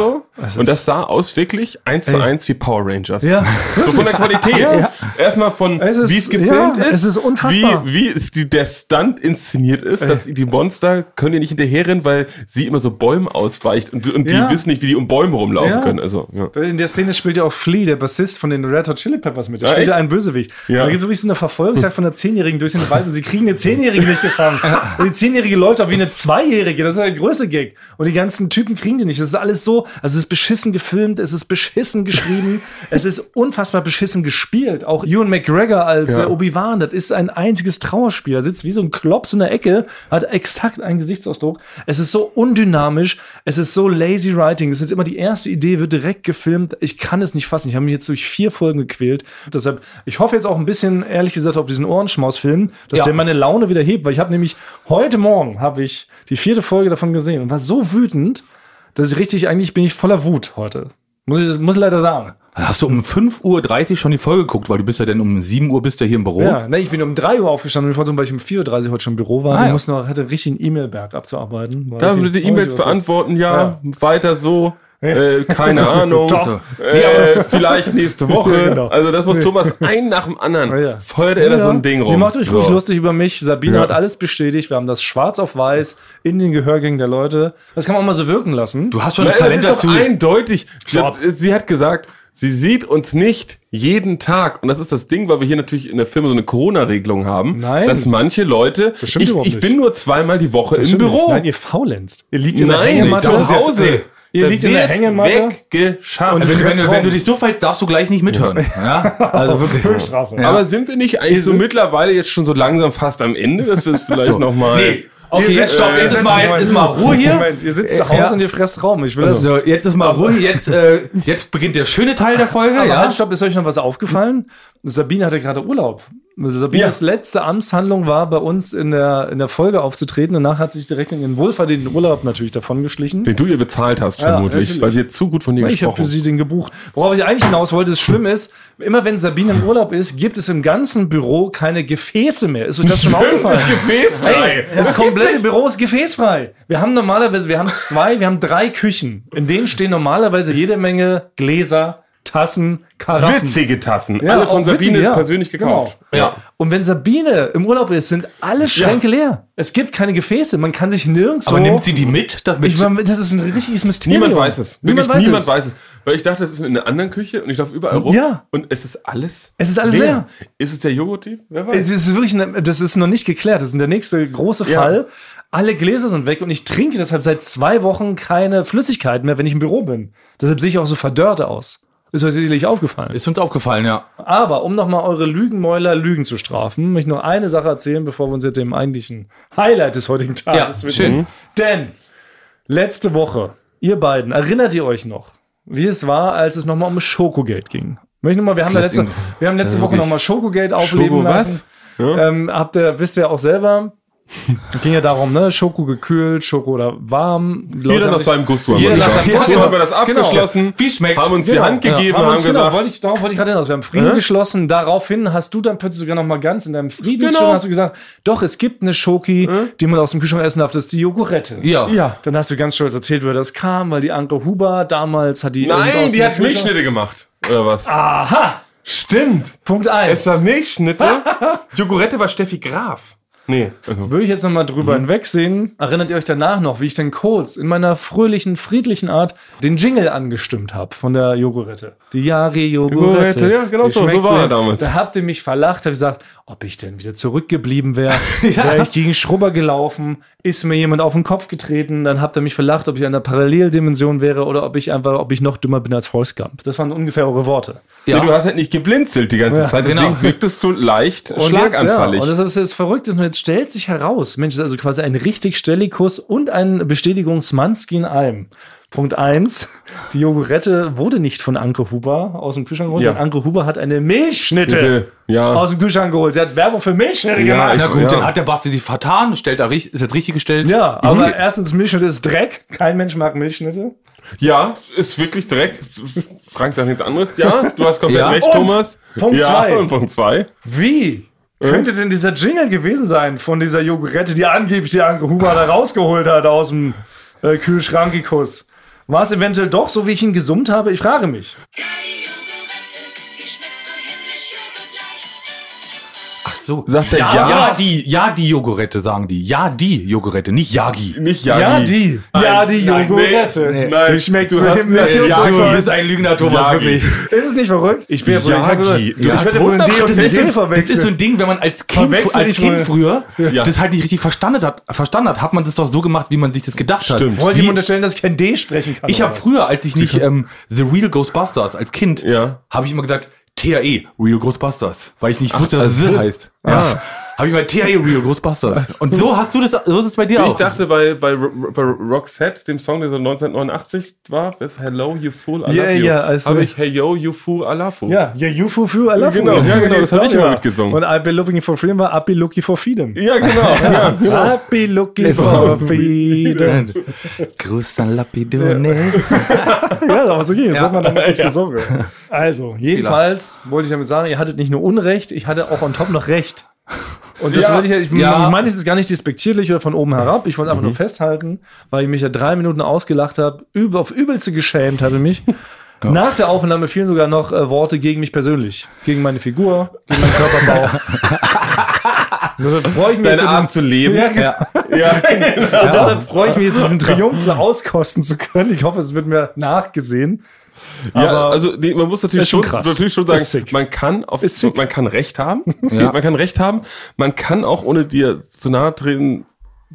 C: so. Und
B: ist-
C: das sah aus wirklich eins zu
B: Ey.
C: eins wie Power Rangers.
B: Ja,
C: So von der Qualität.
B: Ja.
C: Erstmal von
B: Es ist-
C: wie es gefilmt
B: ja,
C: ist.
B: es ist unfassbar.
C: Wie, wie ist die, der Stunt inszeniert ist, dass die Monster können ihr nicht hinterherrennen, weil sie immer so Bäumen ausweicht und, und die
B: Ja.
C: wissen nicht, wie die um Bäume rumlaufen
B: Ja.
C: können. Also, ja.
B: In der Szene spielt ja auch Flea, der Bassist von den Red Hot Chili Peppers mit. Der
C: Ja,
B: spielt ja
C: echt?
B: einen Bösewicht. Da
C: Ja.
B: gibt es wirklich so eine Verfolgungsjagd von einer Zehnjährigen durch den Wald und sie kriegen den Zehnjährigen nicht gefangen. Und die Zehnjährige läuft auch wie eine Zweijährige. Das ist ja der größte Gag. Und die ganzen Typen kriegen die nicht. Das ist alles so, also es ist beschissen gefilmt, es ist beschissen geschrieben, es ist unfassbar beschissen gespielt. Auch Ewan McGregor als
C: Ja.
B: äh, Obi-Wan, das ist ein einziges Trauerspiel. Er sitzt wie so ein Klops in der Ecke, hat exakt einen Gesichtsausdruck. Es ist so undynamisch, es ist so lazy writing. Es ist immer die erste Idee, wird direkt gefilmt. Ich kann es nicht fassen. Ich habe mich jetzt durch vier Folgen gequält. Deshalb, ich hoffe jetzt auch ein bisschen, ehrlich gesagt, auf diesen Ohrenschmaus-Film, dass
D: Ja.
B: der meine Laune wieder hebt, weil ich habe nämlich heute Morgen habe ich die vierte Folge davon gesehen und war so wütend, dass ich richtig, eigentlich bin ich voller Wut heute. Muss ich muss ich leider sagen.
D: Dann hast du um 5.30 Uhr schon die Folge geguckt, weil du bist ja dann um 7 Uhr bist ja hier im Büro.
B: Ja, ne, ich bin um 3 Uhr aufgestanden, vor allem, weil ich um 4.30 Uhr heute schon im Büro war
D: Ah,
B: und
D: ja.
B: musste noch, hatte richtig einen E-Mail-Berg abzuarbeiten. weil
C: Da
B: ich-
C: würde die E-Mails
B: Oh, ich-
C: beantworten, ja, weiter so. Äh, keine Ahnung.
B: Doch.
C: Äh, vielleicht nächste Woche.
B: Ja, genau.
C: Also das muss Thomas ein nach dem anderen.
B: Ja, ja.
C: Feuert er da so ein Ding rum.
B: Ihr macht euch ruhig
C: so.
B: lustig über mich. Sabine
C: Ja.
B: hat alles bestätigt. Wir haben das schwarz auf weiß in den Gehörgängen der Leute. Das kann man auch mal so wirken lassen.
D: Du hast schon
C: Nein,
D: das
C: das
D: Talent
C: ist doch
D: dazu.
C: eindeutig. Sie hat,
B: Stopp.
C: sie hat gesagt, sie sieht uns nicht jeden Tag. Und das ist das Ding, weil wir hier natürlich in der Firma so eine Corona-Regelung haben,
B: Nein.
C: dass manche Leute,
B: Das stimmt
C: ich,
B: überhaupt
C: ich bin
B: nicht.
C: nur zweimal die Woche
B: Das
C: im
B: stimmt
C: Büro.
B: Nicht. Nein, ihr faulenzt. Ihr liegt in der
C: Nein,
B: Hängematte.
C: zu
D: jetzt-
C: Hause.
D: ey,
B: ihr
C: Da
B: liegt in der
C: wird
B: Hängematte.
C: Weggeschafft.
B: Und
D: Wenn, du- wenn, du-
B: Restaurant.
D: wenn du dich so verhältst, darfst du gleich nicht mithören. Ja? Also wirklich.
B: Höchststrafe.
D: Ja.
C: Aber sind wir nicht eigentlich so mittlerweile jetzt schon so langsam fast am Ende, dass wir es vielleicht nochmal.
D: Nee, okay,
B: Ihr
D: jetzt
B: sitzt-
D: stopp,
B: äh,
D: jetzt ist mal, jetzt
B: Moment.
D: ist mal Ruhe hier.
B: Moment, ihr sitzt zu Hause
D: Ja.
B: und ihr fresst Raum. Ich will das
D: So, jetzt ist mal Ruhe, jetzt, äh, jetzt beginnt der schöne Teil der Folge.
B: Aber
D: ja?
B: halt, stopp, ist euch noch was aufgefallen? Sabine hatte gerade Urlaub. Also Sabines letzte Amtshandlung war, bei uns in der, in der Folge aufzutreten. Danach hat sie sich direkt in den wohlverdienten Urlaub natürlich davongeschlichen.
C: Den du ihr bezahlt hast,
B: Ja,
C: vermutlich,
B: natürlich.
C: weil sie jetzt zu gut von
B: Ich
C: dir
B: habe
C: gesprochen
B: für sie den gebucht. Worauf ich eigentlich hinaus wollte, ist schlimm ist, immer wenn Sabine im Urlaub ist, gibt es im ganzen Büro keine Gefäße mehr. Ist euch das schon mal aufgefallen?
C: Gefäßfrei.
B: Das komplette Büro ist gefäßfrei. Wir haben normalerweise, wir haben zwei, wir haben drei Küchen. In denen stehen normalerweise jede Menge Gläser, Tassen, Karaffen.
C: Witzige Tassen.
B: Ja,
C: Alle von
B: auch
C: Sabine
B: witzig, ja.
C: persönlich gekauft.
B: Genau.
D: Ja.
B: Und wenn Sabine im Urlaub ist, sind alle Schränke leer. Es gibt keine Gefäße. Man kann sich nirgends.
D: Aber nimmt sie die mit? Damit
B: ich meine, das ist ein richtiges Mysterium.
C: Niemand weiß es. Wirklich
B: genau. Niemand
C: niemand,
B: weiß es.
C: niemand weiß es. Weil ich dachte, das ist in einer anderen Küche und ich laufe überall rum.
B: Ja.
C: Und es ist alles.
B: Es ist alles leer.
C: Ist es der Joghurt-Typ? Wer weiß.
B: Es ist wirklich, eine, das ist noch nicht geklärt. Das ist der nächste große
C: Ja.
B: Fall. Alle Gläser sind weg und ich trinke deshalb seit zwei Wochen keine Flüssigkeit mehr, wenn ich im Büro bin. Deshalb sehe ich auch so verdörrt aus. Ist euch sicherlich aufgefallen.
D: Ist uns aufgefallen, ja.
B: Aber um nochmal eure Lügenmäuler Lügen zu strafen, möchte ich noch eine Sache erzählen, bevor wir uns jetzt dem eigentlichen Highlight des heutigen Tages
D: Ja, schön.
B: mhm. Denn letzte Woche, ihr beiden, erinnert ihr euch noch, wie es war, als es nochmal um Schokogate ging? Möchte nochmal, wir haben, ja
D: lässt
B: letzte,
D: ihn-
B: wir haben letzte Woche
C: wirklich.
B: nochmal Schokogate aufleben
C: Schoko
B: lassen. Ähm, habt ihr, wisst ihr auch selber, ging ja darum, ne? Schoko gekühlt, Schoko oder warm. Leute
C: Jeder
B: haben
C: nach
B: sich-
C: seinem Gusto. haben
D: Jeder
C: wir
D: nach
C: gesagt.
D: seinem
C: So
D: Gusto.
C: haben wir das abgeschlossen.
D: Wie schmeckt?
C: Haben uns die
B: Genau.
C: Hand gegeben,
B: haben
C: haben
B: uns, genau,
C: gesagt,
B: wollte ich, darauf wollte ich gerade hinaus. Wir haben Frieden geschlossen. Daraufhin hast du dann plötzlich sogar noch mal ganz in deinem Friedensschiff
C: Genau.
B: hast du gesagt, doch, es gibt eine Schoki, die man aus dem Kühlschrank essen darf, das ist die Jogurette.
D: Ja.
C: ja.
B: Dann hast du ganz stolz erzählt, woher das kam, weil die Anke Huber damals hat die. irgendwas
C: Nein,
B: aus
C: die
B: dem
C: hat
B: Kühlschrank-
C: Milchschnitte gemacht. Oder was?
B: Aha!
C: Stimmt.
B: Punkt
C: Es war
B: 1.
C: Milchschnitte. Jogurette war Steffi Graf. Nee. Also.
B: Würde ich jetzt nochmal drüber hinwegsehen. Erinnert ihr euch danach noch, wie ich dann kurz in meiner fröhlichen, friedlichen Art den Jingle angestimmt habe von der Jogurette? Die Jari Jogurette.
C: Jogurette, ja, genau
B: Die
C: so, so
B: schmeckt
C: war er
B: sehr.
C: damals.
B: Da habt ihr mich verlacht, habt gesagt, ob ich denn wieder zurückgeblieben wäre. Wäre ich gegen Schrubber gelaufen, ist mir jemand auf den Kopf getreten, dann habt ihr mich verlacht, ob ich in einer Paralleldimension wäre oder ob ich einfach, ob ich noch dümmer bin als Volkskamp. Das waren ungefähr eure Worte.
C: Nee, du hast halt nicht geblinzelt die ganze Zeit, deswegen
D: genau.
C: wirktest du leicht
B: Und
C: schlaganfällig.
B: Jetzt, ja, und das ist das Verrückte. Und jetzt stellt sich heraus, Mensch, das ist also quasi ein richtig Stellikus und ein Bestätigungsmanski in einem. Punkt eins: Die Jogurette wurde nicht von Anke Huber aus dem Kühlschrank geholt.
C: Ja.
B: denn Anke Huber hat eine Milchschnitte
C: Bitte. Ja.
B: aus dem Kühlschrank geholt. Sie hat Werbung für Milchschnitte
C: Ja,
B: gemacht.
D: Na gut,
C: Ja.
D: dann hat der Basti sich vertan, stellt er, richt- ist das richtig gestellt?
B: Ja, aber erstens, Milchschnitte ist Dreck. Kein Mensch mag Milchschnitte.
C: Ja, ist wirklich Dreck. Frank sagt nichts anderes. Ja, du hast komplett
D: Ja.
C: recht,
B: Und
C: Thomas.
B: Punkt
C: ja,
B: zwei.
C: Und Punkt zwei.
B: Wie
C: Äh?
B: könnte denn dieser Jingle gewesen sein von dieser Jogurette, die angeblich die Anke Huber da rausgeholt hat aus dem äh, Kühlschrankikus? War es eventuell doch so, wie ich ihn gesummt habe? Ich frage mich.
D: Ach so.
C: Sagt er
D: ja,
C: ja?
D: ja. die, ja, die Jogurette, sagen die. Ja, die Jogurette, nicht Yagi.
C: Nicht
B: Ja,
C: Yagi.
B: die. Ja, die
C: nein,
B: Jogurette.
C: nee, nein.
B: die schmeckt
C: Du
B: so
C: hast
B: himmlisch.
C: eine Jagi.
B: Ja,
C: bist
D: ein Lügner,
C: Yagi.
B: ist es nicht verrückt? Ich bin ja wohl- ich hab-
C: Yagi. Du
B: Ich
C: hast
B: werde wohl ein D und
D: das,
B: ein D
D: ist so, das ist so
B: verwechseln.
D: ein Ding, wenn man als Kind,
B: Verwechsel
D: als
B: ich
D: kind
B: wohl.
D: früher
C: Ja.
D: das halt nicht richtig verstanden hat, verstanden hat, hat man das doch so gemacht, wie man sich das gedacht
C: Stimmt.
D: hat.
B: Wollte ihm
D: Wie,
B: unterstellen, dass ich kein D sprechen kann.
D: ich
B: oder
D: habe
B: was?
D: früher, als ich nicht ähm, The Real Ghostbusters als Kind,
C: Ja.
D: E, habe ich immer gesagt, TAE, Real Ghostbusters, weil ich nicht wusste, dass es
C: also-
D: heißt. Ja. Habe ich mal TI E, Real Ghostbusters. Und so hast du das, so ist es bei dir
C: Ich
D: auch.
C: dachte bei, bei, Ro- bei Roxette, dem Song, der so 1989 war, ist Hello, you fool, I love
B: Ja,
C: you.
B: ja, also-
C: habe ich Hey yo, you fool, I love you.
B: Ja, ja, you for you, I love
C: Genau,
B: you.
C: ja, genau, das hab ich
B: ja.
C: immer mitgesungen.
B: Und I've been looking for freedom war I've been looking for freedom.
C: ja genau. ja.
B: I've been looking for freedom.
D: Grüß an Lapidone.
B: Ja, aber so ging es. Hat man damals nicht gesungen. Also, jedenfalls wollte ich damit sagen, ihr hattet nicht nur Unrecht, ich hatte auch on top noch Recht. Und das
C: Ja. Mhm.
B: wollte ich, ich
D: Ja.
B: meine es jetzt gar nicht despektierlich oder von oben herab. Ich wollte einfach nur festhalten, weil ich mich ja drei Minuten ausgelacht habe, üb- auf Übelste geschämt habe mich. Nach der Aufnahme fielen sogar noch äh, Worte gegen mich persönlich. Gegen meine Figur, gegen meinen Körperbau. Deshalb freue ich mich
C: Deine
B: jetzt
C: Art zu leben.
B: Ja, genau.
C: Ja.
B: Und deshalb freue ich mich jetzt, diesen Triumph so auskosten zu können. Ich hoffe, es wird mir nachgesehen.
C: Ja, also nee, man muss natürlich
B: ist schon
C: schon,
B: krass.
C: natürlich schon
B: Ist
C: sagen,
B: sick.
C: man kann auf,
B: Ist sick.
C: man kann Recht haben. Es
D: Ja.
C: geht, man kann Recht haben. Man kann auch ohne dir zu nahe treten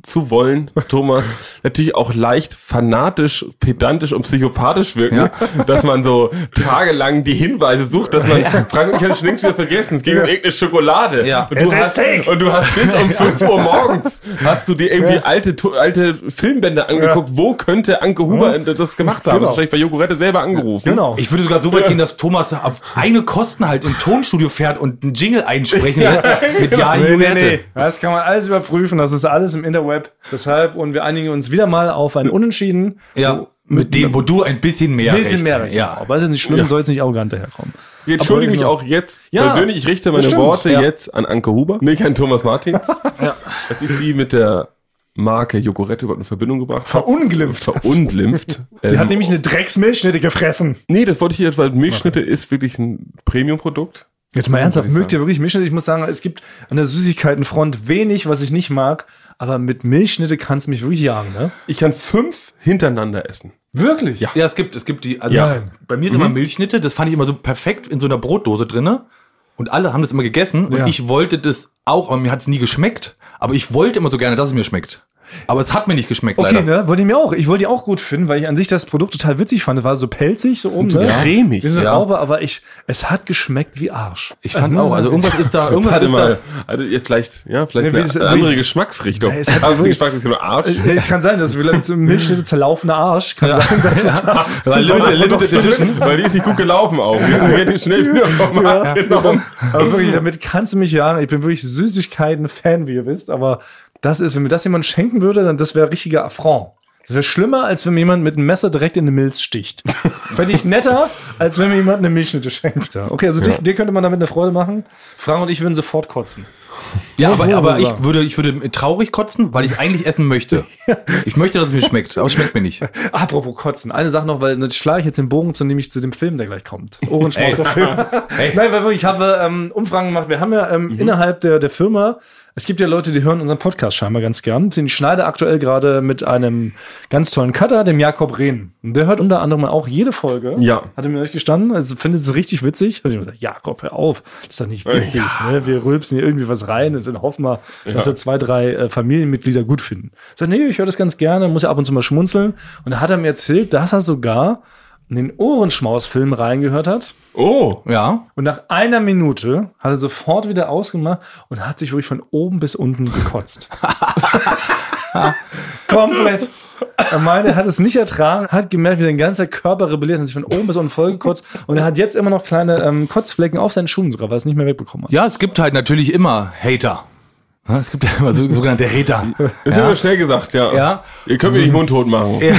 C: zu wollen, Thomas, natürlich auch leicht fanatisch, pedantisch und psychopathisch wirken, dass man so tagelang die Hinweise sucht, dass man Frank, ich habe schon längst wieder vergessen, es ging um irgendeine Schokolade.
D: Ja.
C: Und,
B: Es
C: du
B: ist
C: hast,
B: sick.
C: und du hast bis um 5 Uhr morgens hast du dir irgendwie alte alte Filmbänder angeguckt, wo könnte Anke Huber das gemacht haben?
B: Genau.
C: Hast du Vielleicht bei Jogurette selber angerufen.
B: Genau.
D: Ich würde sogar so weit gehen, dass Thomas auf eigene Kosten halt im Tonstudio fährt und einen Jingle einsprechen lässt mit Ja,
B: Nee,
D: die
B: genau. nee, nee. Das kann man alles überprüfen. Das ist alles im Interweb. Deshalb, und wir einigen uns wieder mal auf ein Unentschieden.
D: Ja, mit dem, wo du ein bisschen mehr
B: Ein bisschen
D: recht-
B: mehr. Recht.
D: Ja.
B: Aber es ist nicht schlimm, soll es nicht arrogant daherkommen.
C: Ich entschuldige mich
B: genau.
C: auch jetzt
B: Ja,
C: persönlich. Ich richte meine
B: stimmt,
C: Worte
B: ja.
C: jetzt an Anke Huber, nicht an Thomas Martins, dass ich sie mit der Marke Jogurette überhaupt in Verbindung gebracht habe.
B: Verunglimpft.
C: Verunglimpft.
B: Sie hat nämlich eine Drecksmilchschnitte gefressen.
C: Nee, das wollte ich jetzt, weil Milchschnitte ist wirklich ein Premium-Produkt.
B: Jetzt mal ernsthaft, mögt ihr wirklich Milchschnitte? Ich muss sagen, es gibt an der Süßigkeitenfront wenig, was ich nicht mag. Aber mit Milchschnitte kannst du mich wirklich jagen, ne?
C: Ich kann fünf hintereinander essen.
B: Wirklich? Ja.
D: Ja, es gibt, es gibt die, also
C: Ja.
D: bei mir sind
B: Mhm.
D: immer Milchschnitte, das fand ich immer so perfekt in so einer Brotdose drinne und alle haben das immer gegessen und
B: Ja.
D: ich wollte das auch, aber mir hat es nie geschmeckt, aber ich wollte immer so gerne, dass es mir schmeckt. Aber es hat mir nicht geschmeckt,
B: Okay,
D: leider.
B: ne? Wollte ich mir auch. Ich wollte die auch gut finden, weil ich an sich das Produkt total witzig fand. War so pelzig, so oben, ne?
C: Cremig.
B: Wie so eine
D: Ja.
B: Raupe, aber ich, es hat geschmeckt wie Arsch.
D: Ich fand auch, also irgendwas ist da, irgendwas
C: Warte
D: ist da.
C: mal, also ihr vielleicht, ja, vielleicht
B: Nee, wie
C: eine
B: ist-
C: andere
B: wie-
C: Geschmacksrichtung.
B: Nee, es hat-
C: Aber es ist Geschmacksrichtung nur Arsch.
B: Ja, Es kann sein, dass vielleicht so ein Milchschnitte zerlaufener Arsch kann sein, dass es da
D: Weil Limited- Limited Edition.
C: Weil die ist nicht gut gelaufen auch. Die hat die schnell wieder vom Markt genommen.
B: Aber wirklich, damit kannst du mich jagen. Ich bin wirklich Süßigkeiten-Fan, wie ihr wisst. Aber das ist, wenn mir das jemand schenken würde, dann das wäre richtiger Affront. Das wäre schlimmer, als wenn mir jemand mit einem Messer direkt in eine Milz sticht. Fände ich netter, als wenn mir jemand eine Milchschnitte schenkt. Okay, also dich, dir könnte man damit eine Freude machen. Frank und ich würden sofort kotzen.
D: Ja, aber,
B: wohl
D: aber
B: wohl
D: ich
B: sagen.
D: würde, ich würde traurig kotzen, weil ich eigentlich essen möchte. Ich möchte, dass es mir schmeckt, aber es schmeckt mir nicht.
B: Apropos Kotzen, eine Sache noch, weil jetzt schlage ich jetzt den Bogen zu, nämlich zu dem Film, der gleich kommt. Ohrenschmausser Film. Nein, weil wirklich, ich habe ähm, Umfragen gemacht. Wir haben ja ähm, innerhalb der, der Firma, es gibt ja Leute, die hören unseren Podcast scheinbar ganz gern. Den schneide aktuell gerade mit einem ganz tollen Cutter, dem Jakob Rehn. Und der hört unter anderem auch jede Folge.
C: Ja.
B: Hat er mir euch gestanden. Also findet es richtig witzig. Also ich hab gesagt, Jakob, hör auf. Das ist doch nicht witzig. Ne? Wir rülpsen hier irgendwie was rein und dann hoffen wir, dass er zwei, drei äh, Familienmitglieder gut finden. Ich sag, nee, ich höre das ganz gerne, muss ja ab und zu mal schmunzeln. Und da hat er mir erzählt, dass er sogar in den Ohrenschmaus-Film reingehört hat.
C: Oh.
D: Ja.
B: Und nach einer Minute hat er sofort wieder ausgemacht und hat sich wirklich von oben bis unten gekotzt. Komplett. Er meinte, er hat es nicht ertragen, hat gemerkt, wie sein ganzer Körper rebelliert, hat sich von oben bis unten vollgekotzt und er hat jetzt immer noch kleine ähm, Kotzflecken auf seinen Schuhen drauf, weil er es nicht mehr wegbekommen hat.
D: Ja, es gibt halt natürlich immer Hater. Ja, Es gibt ja immer so, sogenannte Hater.
C: Das haben wir schnell gesagt, ja.
D: Ja.
C: Ihr könnt mir nicht mundtot machen.
D: Ja,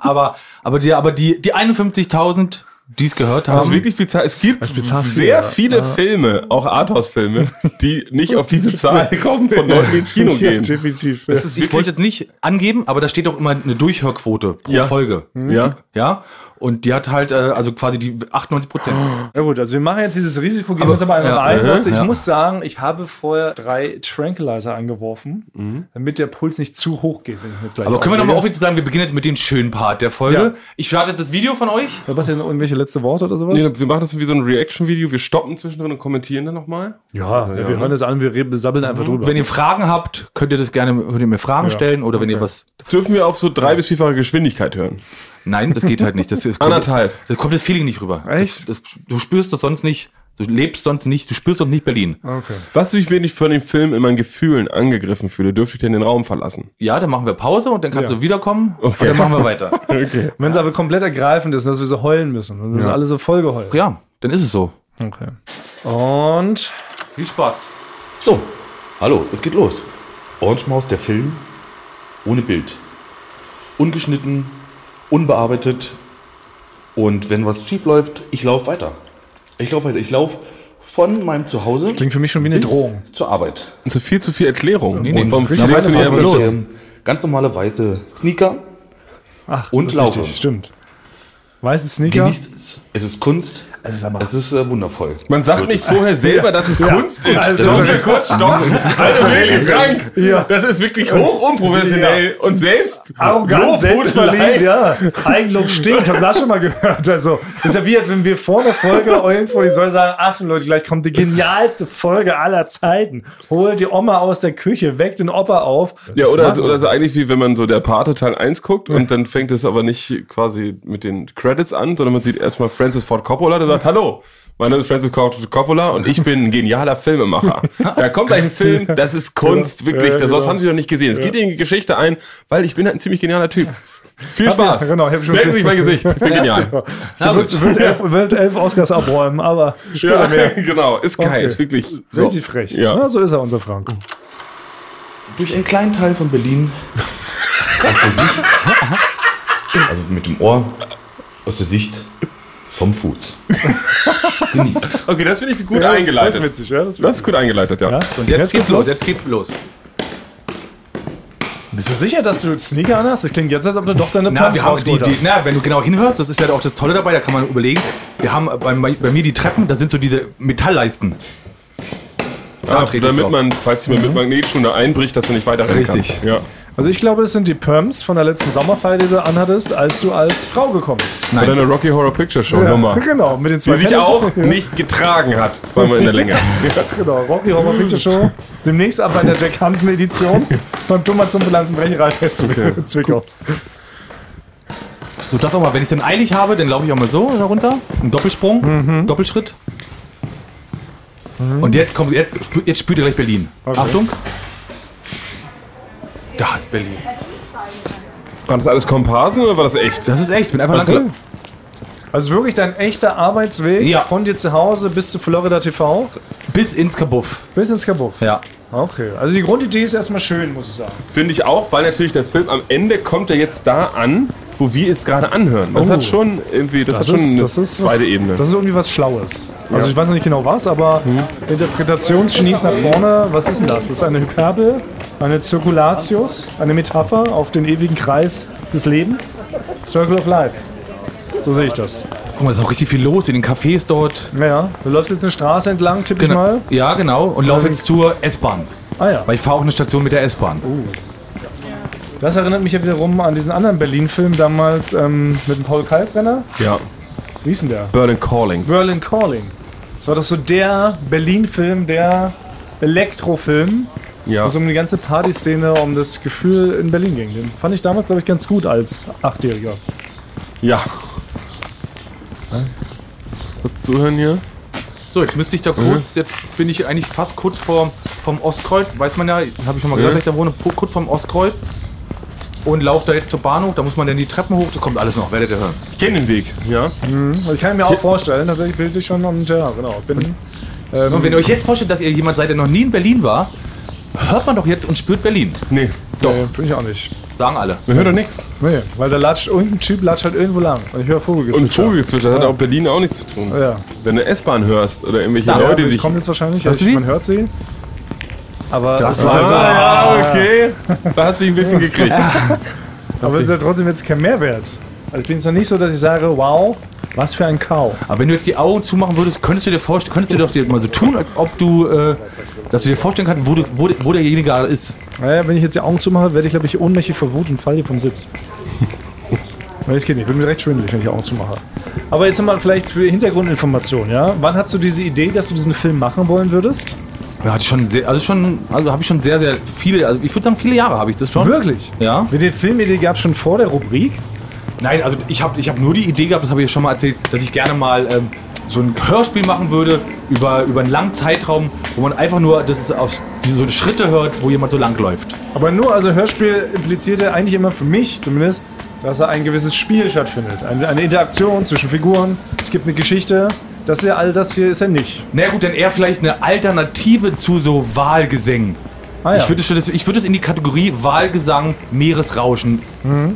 D: aber, aber die, aber die, die 51.000, die es gehört
C: Es ist
D: haben.
C: wirklich bizarr. Es gibt
B: bizarr viel,
C: sehr
B: ja.
C: viele Filme, auch Arthouse-Filme, die nicht auf diese Zahl kommen von Leuten, die ins Kino gehen.
B: definitiv.
D: Das ist, ich wollte jetzt nicht angeben, aber da steht doch immer eine Durchhörquote pro
C: Ja.
D: Folge.
C: Ja.
D: Ja. Und die hat halt, äh, also quasi die 98 Prozent.
B: Ja gut, also wir machen jetzt dieses Risiko, gehen
D: Aber-
B: wir uns aber einfach
D: ja,
B: ein.
D: mhm,
B: Leute. ich
D: ja.
B: muss sagen, ich habe vorher drei Tranquilizer angeworfen, damit der Puls nicht zu hoch geht. Wenn ich mir vielleicht
D: Mhm. Aber können
B: aufrege.
D: wir nochmal offiziell sagen, wir beginnen jetzt mit dem schönen Part der Folge.
B: Ja.
D: Ich starte jetzt das Video von euch.
B: Ja, Bastian, irgendwelche letzte Worte oder sowas?
C: Nee, wir machen das wie so ein Reaction-Video. Wir stoppen zwischendrin und kommentieren dann nochmal.
B: Ja, Mhm. wir hören das an, wir re- sabbeln einfach drüber.
D: Wenn ihr Fragen habt, könnt ihr das gerne, könnt ihr mir Fragen stellen oder wenn ihr was.
C: Das dürfen wir auf so drei- bis vierfache Geschwindigkeit hören.
D: Nein, das geht halt nicht. Das, das kommt,
C: Anderthalb.
D: Das kommt das Feeling nicht rüber.
B: Echt?
D: Das, das, du spürst das sonst nicht. Du lebst sonst nicht, du spürst sonst nicht Berlin.
B: Okay.
C: Was ich wenig von dem Film in meinen Gefühlen angegriffen fühle, dürfte ich denn den Raum verlassen.
D: Ja, dann machen wir Pause und dann kannst
B: Ja.
D: du wiederkommen und dann machen wir weiter.
B: Wenn es aber komplett ergreifend ist, dass wir so heulen müssen. Dann sind alle so vollgeheult.
D: ja, dann ist es so.
B: Okay. Und
D: Viel Spaß.
E: So, hallo, es geht los. Orange Maus, der Film ohne Bild. Ungeschnitten, unbearbeitet. Und wenn was schief läuft, ich laufe weiter. Ich laufe weiter. Ich laufe von meinem Zuhause.
B: klingt für mich schon wie eine
E: bis
B: Drohung.
E: Zur Arbeit.
C: Und so viel zu viel Erklärung.
D: nee,
C: und warum
B: das ist
C: schlägst du
B: richtig.
C: nicht einfach
B: Meine
C: los?
E: Ähm, Ganz normale weiße Sneaker.
B: ach,
E: Und
B: das ist
E: laufen.
B: richtig, Stimmt. Weiße Sneaker.
E: Genießt es. Es ist Kunst.
B: Es ist aber-
E: es ist äh, wundervoll.
C: Man sagt nicht vorher selber, dass es Kunst ist.
B: Also,
C: Doch,
B: das ist-
C: Herr Kutsch, doch. Also, vielen Dank. Das ist wirklich hoch unprofessionell und selbst
B: Arrogant,
C: Lobhudelei.
B: selbstverliebt, ja. Eigenlob stinkt, hast du das schon mal gehört. Also, ist ja wie, als wenn wir vor einer Folge Eulen vor die Säule sagen, Achtung Leute, gleich kommt die genialste Folge aller Zeiten. Holt die Oma aus der Küche, weckt den Opa auf.
C: Ja,
B: Das
C: oder,
B: machen wir
C: oder so
B: nicht.
C: eigentlich wie wenn man so der Pate Teil 1 guckt und dann fängt es aber nicht quasi mit den Credits an, sondern man sieht erstmal Francis Ford Coppola, der sagt, hallo, mein Name ist Francis Ford Coppola und ich bin ein genialer Filmemacher. da kommt gleich ein Film, das ist Kunst, wirklich,
B: Ja,
C: das
B: genau.
C: haben sie noch nicht gesehen. Es geht in die Geschichte ein, weil ich bin halt ein ziemlich genialer Typ. Viel
B: Hab ja,
C: Spaß.
B: genau, ich hab schon
C: Merken Sie
B: gesehen. genau.
C: sich mein Gesicht, ich bin genial.
D: Na
B: Wird,
D: gut.
B: wird, elf, wird elf Oscars abräumen, aber später
C: Ja,
B: mehr.
C: genau, ist geil,
B: Okay.
C: ist wirklich so.
B: Richtig frech.
C: Ja.
B: Na, so ist er, unser Frank.
E: durch einen kleinen Teil von Berlin. also mit dem Ohr aus der Sicht vom Fuß. Genießt.
C: Okay, das finde ich gut
B: Ja, das-
C: eingeleitet.
B: Das ist witzig, ja. Das ist
C: das
B: witzig.
C: ist gut eingeleitet, ja.
B: Ja?
D: Und jetzt, geht's los.
B: Jetzt-
D: jetzt geht's los.
B: Bist du sicher, dass du Sneaker an hast? Das klingt jetzt, als ob du doch deine
D: Na, wir
B: Pumps
D: haben die,
B: rausgeholt
D: die,
B: hast.
D: na, wenn du genau hinhörst, das ist ja auch das Tolle dabei, da kann man überlegen. Wir haben bei, bei mir die Treppen, da sind so diese Metallleisten. Da
C: Ah,
D: trete ich
C: damit
D: drauf. Mhm.
C: man, falls jemand mit Magnetschuhen da einbricht, dass du nicht weiter rennen
D: Richtig.
C: kannst. Ja.
B: Also ich glaube, das sind die Perms von der letzten Sommerfeier, die du anhattest, als du als Frau gekommen bist.
D: Nein.
C: Oder eine Rocky Horror Picture Show Nummer.
B: Genau, mit den zwei
C: Die sich
B: Tennis-
C: auch nicht getragen hat, sagen wir in der Länge.
B: Genau, Rocky Horror Picture Show. Demnächst ab bei der Jack Hansen Edition von Thomas zum Bilanzenbrecherei Festival in Zwickau.
D: So, das auch mal. Wenn ich dann eilig habe, dann laufe ich auch mal so herunter. Ein Doppelsprung, Doppelschritt. Und jetzt kommt, jetzt, spü- jetzt spürt ihr gleich Berlin. Achtung. Da ist Berlin.
C: War das alles Komparsen oder war das echt?
D: Das ist echt, ich bin einfach
C: so.
D: lang.
B: Also wirklich dein echter Arbeitsweg
D: Ja.
B: von dir zu Hause bis zu Florida TV
D: Bis ins Kabuff.
B: bis ins Kabuff.
D: Ja.
B: Okay, also die Grundidee ist erstmal schön, muss ich sagen.
C: Finde ich auch, weil natürlich der Film am Ende kommt ja jetzt da an, wo wir jetzt gerade anhören. Das
B: Oh.
C: hat schon irgendwie, das, hat schon Also eine zweite
B: was,
C: Ebene. Hm.
B: Das ist irgendwie was Schlaues. Also ich weiß noch nicht genau was, aber Interpretationsgenies nach vorne, was ist denn das? Das ist eine Hyperbel, eine Circulatius, eine Metapher auf den ewigen Kreis des Lebens. Circle of Life. So sehe ich das.
D: Guck mal, ist auch richtig viel los in den Cafés dort.
B: Naja, du läufst jetzt eine Straße entlang, tipp ich mal.
D: Ja, genau. Und laufe jetzt zur S-Bahn.
B: Ah ja,
D: Weil ich fahre auch eine Station mit der S-Bahn.
B: das erinnert mich ja wiederum an diesen anderen Berlin-Film damals ähm, mit dem Paul Kalkbrenner.
C: ja.
B: Wie hieß denn der?
C: Berlin Calling.
B: Berlin Calling. Das war doch so der Berlin-Film, der Elektrofilm,
C: Ja.
B: wo es um die ganze Partyszene, um das Gefühl in Berlin ging. Den fand ich damals, glaube ich, ganz gut als Achtjähriger.
C: ja. Kurz zuhören hier.
D: So, jetzt müsste ich da kurz, jetzt bin ich eigentlich fast kurz vor, vom Ostkreuz, weiß man ja, habe ich schon mal
C: Mhm.
D: gesagt, ich da wohne, vor- kurz vorm Ostkreuz und laufe da jetzt zur Bahnhof, da muss man dann die Treppen hoch, das kommt alles noch, werdet ihr hören.
C: Ich kenne den Weg. Ja.
B: Also ich kann mir auch vorstellen, tatsächlich bilde ich schon und ja, genau.
C: Mhm.
B: Bin,
D: Und wenn ihr euch jetzt vorstellt, dass ihr jemand seid, der noch nie in Berlin war, hört man doch jetzt und spürt Berlin.
C: Nee.
D: Doch.
B: Nee, finde ich auch nicht.
D: Sagen alle.
C: Man hört doch nichts.
B: Nee, weil da latscht irgendein Typ latscht halt irgendwo lang. Und ich höre
C: Und
B: Vogelgezwitscher.
C: Vogelgezwitscher das hat auch Berlin auch nichts zu tun.
B: Ja.
C: Wenn du S-Bahn hörst oder irgendwelche
D: Da,
B: Ja,
C: Leute,
B: die
C: die sich.
B: kommt jetzt wahrscheinlich.
D: Hörst du
B: ich,
D: die?
B: man hört sie. Aber also- aber
D: Das war-
B: es
C: Ah, ja, okay. Da hast du dich ein bisschen gekriegt.
B: ist ja trotzdem jetzt kein Mehrwert. Also ich bin jetzt noch nicht so, dass ich sage, wow, was für ein Kau.
D: Aber wenn du jetzt die Augen zumachen würdest, könntest du dir vorstellen, könntest du doch dir mal so tun, als ob du, äh, dass du dir vorstellen kannst, wo, du, wo, wo derjenige gerade ist.
B: Naja, wenn ich jetzt die Augen zumache, werde ich, glaube ich, ohnmächtig vor Wut und falle hier vom Sitz. Nein, das geht nicht. Ich bin mir direkt schwindelig, wenn ich die Augen zumache. Aber jetzt mal vielleicht für Hintergrundinformation, ja? Wann hattest du diese Idee, dass du diesen Film machen wollen würdest?
D: Ja, hatte ich schon sehr, also schon, also habe ich schon sehr, sehr viele, also ich würde sagen, viele Jahre habe ich das schon.
B: Wirklich?
D: Ja.
B: Mit den Filmidee gab es schon vor der Rubrik.
D: Nein, also ich habe ich hab nur die Idee gehabt, das habe ich ja schon mal erzählt, dass ich gerne mal ähm, so ein Hörspiel machen würde über, über einen langen Zeitraum, wo man einfach nur das ist auf diese so Schritte hört, wo jemand so lang läuft.
B: Aber nur, also Hörspiel impliziert ja eigentlich immer für mich zumindest, dass da ein gewisses Spiel stattfindet. Eine, eine Interaktion zwischen Figuren. Es gibt eine Geschichte. Das ist ja all das hier ist ja nicht.
D: Na gut, dann eher vielleicht eine Alternative zu so Wahlgesängen.
B: Ah, ja.
D: Ich würde schon das, ich würde es in die Kategorie Wahlgesang, Meeresrauschen,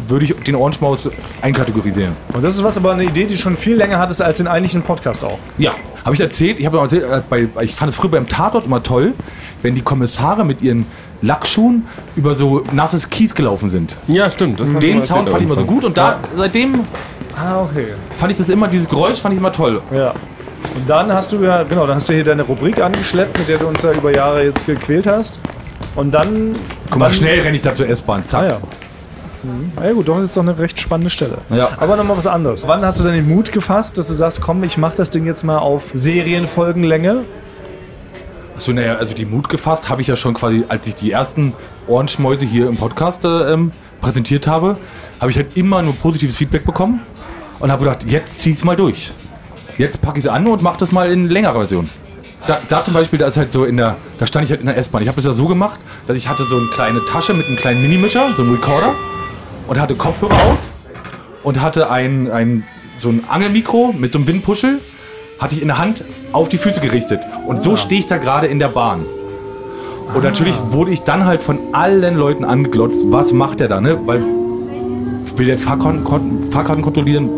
D: würde ich den Orange Maus einkategorisieren.
B: Und das ist was aber eine Idee, die schon viel länger hattest als den eigentlichen Podcast auch.
D: Ja, habe ich erzählt. Ich habe erzählt, äh, bei, ich fand es früher beim Tatort immer toll, wenn die Kommissare mit ihren Lackschuhen über so nasses Kies gelaufen sind.
C: Ja, stimmt. Das
D: Den Sound fand ich immer so gut und da seitdem
B: Ah, okay.
D: fand ich das immer dieses Geräusch fand ich immer toll.
B: Ja. Und dann hast du ja, genau, dann hast du hier deine Rubrik angeschleppt, mit der du uns ja über Jahre jetzt gequält hast. Und dann.
D: Guck mal, schnell renne ich da zur S-Bahn. Zack.
B: Ah, ja. Mhm. Na ja, gut, doch, das ist doch eine recht spannende Stelle.
D: Ja.
B: Aber nochmal was anderes. Wann hast du denn den Mut gefasst, dass du sagst, komm, ich mach das Ding jetzt mal auf Serienfolgenlänge?
D: So, naja, also die Mut gefasst habe ich ja schon quasi, als ich die ersten Ohrenschmäuse hier im Podcast äh, ähm, präsentiert habe, habe ich halt immer nur positives Feedback bekommen und habe gedacht, jetzt zieh's mal durch. Jetzt packe ich es an und mache das mal in längerer Version. Da, da zum Beispiel, da ist halt so in der, da stand ich halt in der S-Bahn. Ich habe es ja so gemacht, dass ich hatte so eine kleine Tasche mit einem kleinen Minimischer, so einem Recorder und hatte Kopfhörer auf und hatte ein, ein so ein Angelmikro mit so einem Windpuschel hatte ich in der Hand auf die Füße gerichtet. Und so stehe ich da gerade in der Bahn. Und natürlich wurde ich dann halt von allen Leuten angeglotzt, was macht der da, ne? Weil will der Fahrkarten, kon- Fahrkarten kontrollieren,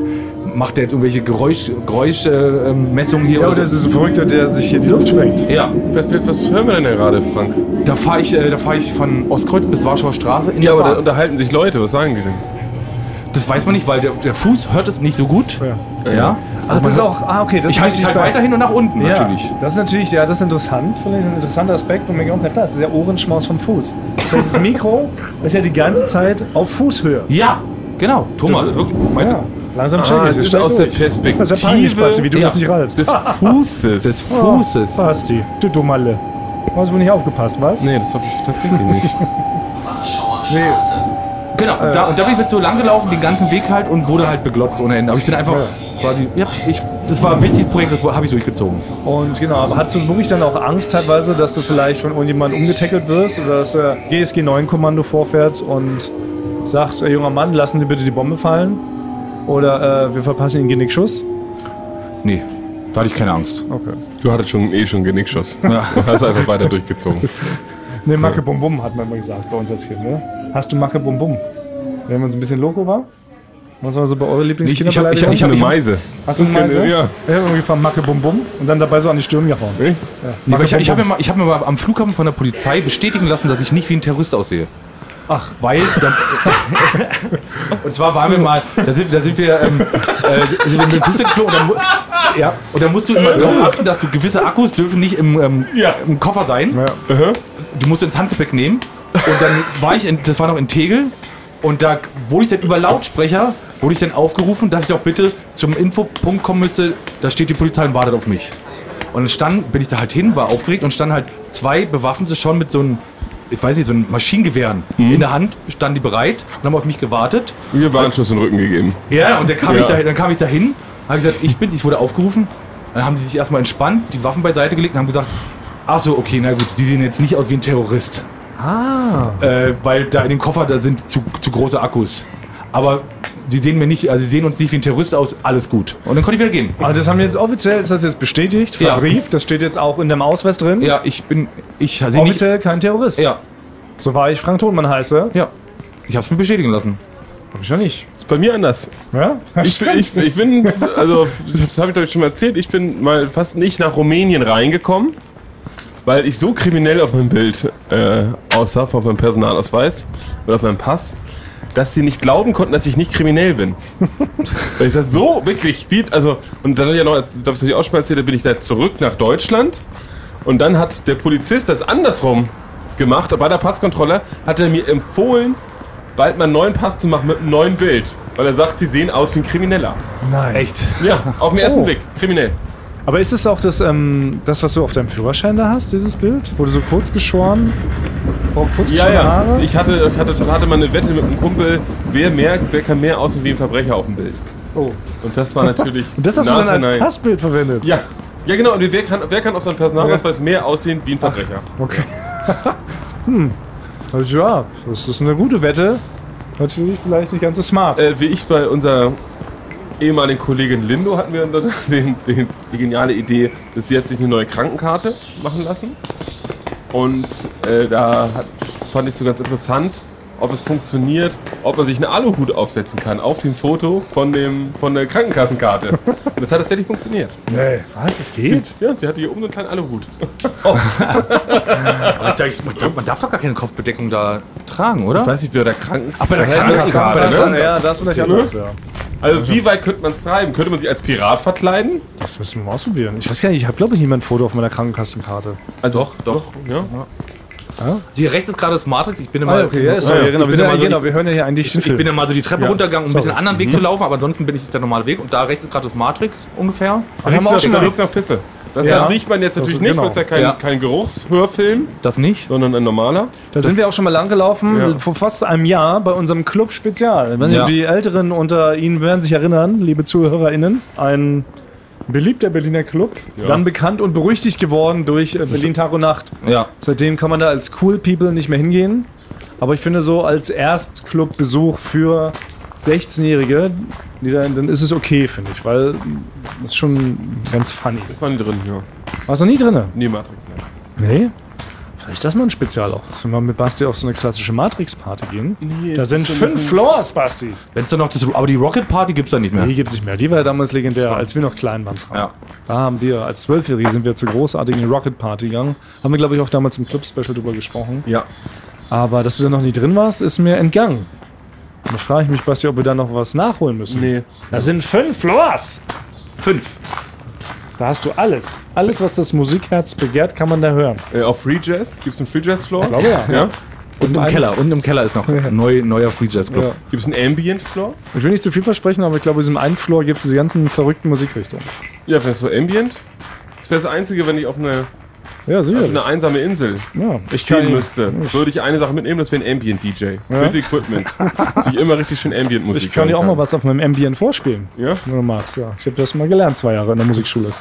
D: macht der jetzt irgendwelche Geräuschmessungen Geräusch, äh, ähm, Messungen hier?
B: Ja,
D: oder
B: das ist ein Verrückter, der sich hier in die Luft sprengt.
D: so? ja,
C: Was, was, was hören wir denn hier gerade, Frank?
D: da fahre ich, äh, da fahr ich von Ostkreuz bis Warschauer Straße in
C: Ja,
D: der
C: aber
D: Bahn.
C: da Ah, unterhalten sich Leute. Was sagen die denn?
D: das weiß man nicht, weil der, der Fuß hört es nicht so gut.
B: Ja.
D: Ja.
B: Also das ist auch, ah, okay, das
D: ich halte
B: halte
D: mich halt weiterhin und nach unten natürlich.
B: Das ist natürlich, ja, das ist interessant, finde ich, ein interessanter Aspekt, wo man denkt, na klar, das ist ja Ohrenschmaus vom Fuß. Das heißt, das Mikro ist ja die ganze Zeit auf Fußhöhe.
D: Ja, genau. Thomas,
B: Das-
D: wirklich, meinst
B: Ja,
D: du?
B: langsam
C: Ah, das
B: ich,
C: ist
B: schnell
C: aus der
B: durch.
C: Perspektive
B: Das ist ja peinlich, Basti, wie du
D: ja,
B: das nicht rallst.
C: des Fußes.
D: Des
B: Ah,
D: Fußes.
B: Basti, du Dummerle. Hast du wohl nicht aufgepasst, was?
C: nee, das hab ich tatsächlich nicht.
B: Nee.
D: Genau, und da, und da bin ich mit so lang gelaufen, den ganzen Weg halt und wurde halt beglotzt ohne Ende. Aber ich bin einfach quasi, ja, ich, das war ein wichtiges Projekt, das habe ich durchgezogen.
B: Und genau, aber hast du wirklich dann auch Angst teilweise, dass du vielleicht von irgendjemandem umgetackelt wirst oder dass äh, GSG 9-Kommando vorfährt und sagt, äh, junger Mann, lassen Sie bitte die Bombe fallen oder äh, wir verpassen Ihnen Genickschuss?
D: Nee, da hatte ich keine Angst.
B: Okay.
C: Du hattest schon eh schon Genickschuss. Du hast einfach weiter durchgezogen.
B: Ne, Macke Bum Bum hat man immer gesagt bei uns als Kind, ne? Hast du Macke Bum Bum? Wenn man so ein bisschen loco war? Was war so bei eurer
D: Ich- ich
B: Lieblingskinder?
D: hab- ich hab- ich hab-
C: eine Meise.
B: Hast du eine Meise?
C: Ja.
B: Ich hab irgendwie von Macke Bum Bum und dann dabei so an die Stirn gehauen.
C: Echt?
D: Nee, weil ich
B: Macke
D: ich habe
B: Bum
D: mir, mal- ich hab mir mal am Flughafen von der Polizei bestätigen lassen, dass ich nicht wie ein Terrorist aussehe. Ach, weil. Dann, und zwar waren wir mal, da sind, da sind wir, ähm, äh, sind wir mit dem Flugzeug geflogen und dann, mu- ja, und dann musst du immer darauf achten, dass du gewisse Akkus dürfen nicht im, ähm, im Koffer sein.
B: Ja.
D: du musst ins Handgepäck nehmen. Und dann war ich, in, das war noch in Tegel. Und da wurde ich dann über Lautsprecher, wurde ich dann aufgerufen, dass ich doch bitte zum Infopunkt kommen müsste, da steht die Polizei und wartet auf mich. Und dann stand, bin ich da halt hin, war aufgeregt und standen halt zwei Bewaffnete schon mit so einem, ich weiß nicht, so einem Maschinengewehren in der Hand, standen die bereit und haben auf mich gewartet.
C: Mir Warnschuss in den Rücken gegeben.
D: Ja, und dann kam,
C: Ja.
D: ich, dahin, dann kam ich dahin, habe gesagt, ich bin's, ich wurde aufgerufen. Dann haben die sich erstmal entspannt, die Waffen beiseite gelegt und haben gesagt, ach so, okay, na gut, die sehen jetzt nicht aus wie ein Terrorist. Ah. Äh, weil da in dem Koffer, da sind zu, zu große Akkus. Aber sie sehen mir nicht, also sie sehen uns nicht wie ein Terrorist aus, alles gut. Und dann konnte ich wieder gehen.
B: Aber Ah, das haben wir jetzt offiziell, ist das jetzt bestätigt,
D: Ja.
B: verbrieft, das steht jetzt auch in dem Ausweis drin.
D: Ja, ich bin, ich sehe nicht,
B: Offiziell kein Terrorist.
D: ja,
B: So war ich Frank Thonmann heiße.
D: ja. Ich hab's mir bestätigen lassen.
B: Hab ich noch nicht.
C: Ist bei mir anders.
B: Ja?
C: Ich, bin- ich, ich bin, also, das habe ich euch schon mal erzählt, ich bin mal fast nicht nach Rumänien reingekommen, weil ich so kriminell auf meinem Bild äh, aussah, auf meinem Personalausweis oder auf meinem Pass, dass sie nicht glauben konnten, dass ich nicht kriminell bin. weil ich sag, so, wirklich, wie, also, und dann hab ich ja noch, ich glaub, das habe ich auch schon mal erzählt, da bin ich da zurück nach Deutschland und dann hat der Polizist das andersrum gemacht, bei der Passkontrolle hat er mir empfohlen, bald mal einen neuen Pass zu machen mit einem neuen Bild. Weil er sagt, sie sehen aus wie ein Krimineller.
B: Nein.
D: Echt?
C: Ja, auf den ersten
B: Oh.
C: Blick. Kriminell.
B: Aber ist es auch das, ähm, das, was du auf deinem Führerschein da hast, dieses Bild? Wurde so kurz geschoren Bob putzt
C: Ja,
B: schon
C: ja.
B: Haare.
C: Ich hatte, ich hatte, hatte mal eine Wette mit einem Kumpel, wer merkt, wer kann mehr aussehen wie ein Verbrecher auf dem Bild.
B: oh.
C: Und das war natürlich.
B: Und das hast du dann als
C: Nachhinein-
B: Passbild verwendet.
C: Ja. Ja, genau. Und wer kann, wer kann auf seinem Personalausweis mehr aussehen wie ein Verbrecher?
B: Okay. hm. Also ja, das ist eine gute Wette. Natürlich vielleicht nicht ganz so smart.
C: Äh, wie ich bei unserer ehemaligen Kollegin Lindo hatten wir dann den, den, die geniale Idee, dass sie hat sich eine neue Krankenkarte machen lassen. Und äh, da hat, fand ich so ganz interessant, ob es funktioniert, ob man sich einen Aluhut aufsetzen kann auf dem Foto von, dem, von der Krankenkassenkarte. Und das hat tatsächlich funktioniert.
B: nee. Was? Das geht?
C: Ja, und sie hatte hier oben so einen kleinen Aluhut.
D: Aber ich dachte, ich- man, darf, man darf doch gar keine Kopfbedeckung da tragen, oder?
C: Ich weiß nicht, wer der Kranken.
D: Ach, bei der
B: Aber das,
D: Krankenkarte,
C: ne?
B: ja, das vielleicht anders, ja.
C: Also, wie weit könnte man es treiben? Könnte man sich als Pirat verkleiden?
B: Das müssen wir mal ausprobieren. Ich weiß gar nicht, ich habe glaube ich niemand ein Foto auf meiner Krankenkassenkarte.
C: Also, doch, doch. Ja.
D: Hier rechts ist gerade das Matrix. Ich bin immer,
B: Ah, okay, ja,
D: ich
B: sorry,
D: bin
B: genau, wir, sind
D: immer
B: ja,
D: so-
B: genau, wir hören ja hier eigentlich den
D: Ich
B: Film.
D: bin dann mal so die Treppe
B: Ja,
D: runtergegangen, um ein bisschen
B: sorry. Mhm.
D: anderen Weg zu laufen, aber ansonsten bin ich jetzt der normale Weg. Und da rechts ist gerade das Matrix ungefähr.
B: Ach, haben wir auch schon
C: da
B: mal.
C: riecht's nach Pisse. Das,
B: Ja.
C: das riecht man jetzt natürlich
B: ist-
C: nicht,
B: genau.
C: weil es ja kein,
D: Ja.
C: kein Geruchshörfilm,
D: Das nicht.
C: sondern ein normaler.
B: Da sind wir auch schon mal lang gelaufen,
C: Ja.
B: vor fast einem Jahr bei unserem Club Spezial. Wenn
D: Ja.
B: Die Älteren unter Ihnen werden sich erinnern, liebe ZuhörerInnen, ein beliebter Berliner Club, dann bekannt und berüchtigt geworden durch äh, Berlin Tag und Nacht.
D: Ja.
B: Seitdem kann man da als Cool People nicht mehr hingehen. Aber ich finde so als Erstclubbesuch für 16-Jährige, die dann, dann ist es okay, finde ich, weil das ist schon ganz funny.
C: Das waren die drin, ja.
B: Warst du noch nie drinne?
C: Nee, Matrix. nein.
B: Nee? Vielleicht das mal ein Spezial auch. Dass wir mal mit Basti auf so eine klassische Matrix-Party gehen. da sind fünf Floors, Basti.
D: Wenn es dann noch das, aber die Rocket Party gibt's dann nicht mehr.
B: Die gibt's nicht mehr. Die war ja damals legendär, als wir noch klein waren, Frank.
D: Ja.
B: Da haben wir, als Zwölfjährige sind wir zur großartigen Rocket Party gegangen. Haben wir, glaube ich, auch damals im Club-Special drüber gesprochen.
C: Ja.
B: Aber dass du da noch nie drin warst, ist mir entgangen. Da frage ich mich, Basti, ob wir da noch was nachholen müssen.
C: Nee.
B: Da sind fünf Floors.
D: Fünf.
B: Da hast du alles. Alles, was das Musikherz begehrt, kann man da hören.
C: Äh, auf Free Jazz? Gibt es einen Free Jazz Floor?
B: glaube ja.
C: Ja.
D: Und im Keller. Und im Keller ist noch neu, neuer Free Jazz Club.
B: Ja.
C: Gibt es einen Ambient Floor?
B: Ich will nicht zu viel versprechen, aber ich glaube, in diesem einen Floor gibt es diese ganzen verrückten Musikrichtungen.
C: Ja, vielleicht so Ambient. Das wäre das Einzige, wenn ich auf eine,
B: Ja,
C: auf eine
B: sicherlich.
C: einsame Insel
B: Ja, ich
C: gehen
B: kann
C: müsste, würde ich eine Sache mitnehmen, das wäre ein Ambient DJ. Mit Equipment. Dass ich immer richtig schön Ambient Musik
B: Ich kann dir auch mal was auf meinem Ambient vorspielen,
C: Ja?
B: wenn du magst. Ja, ich habe das mal gelernt, zwei Jahre in der Musikschule.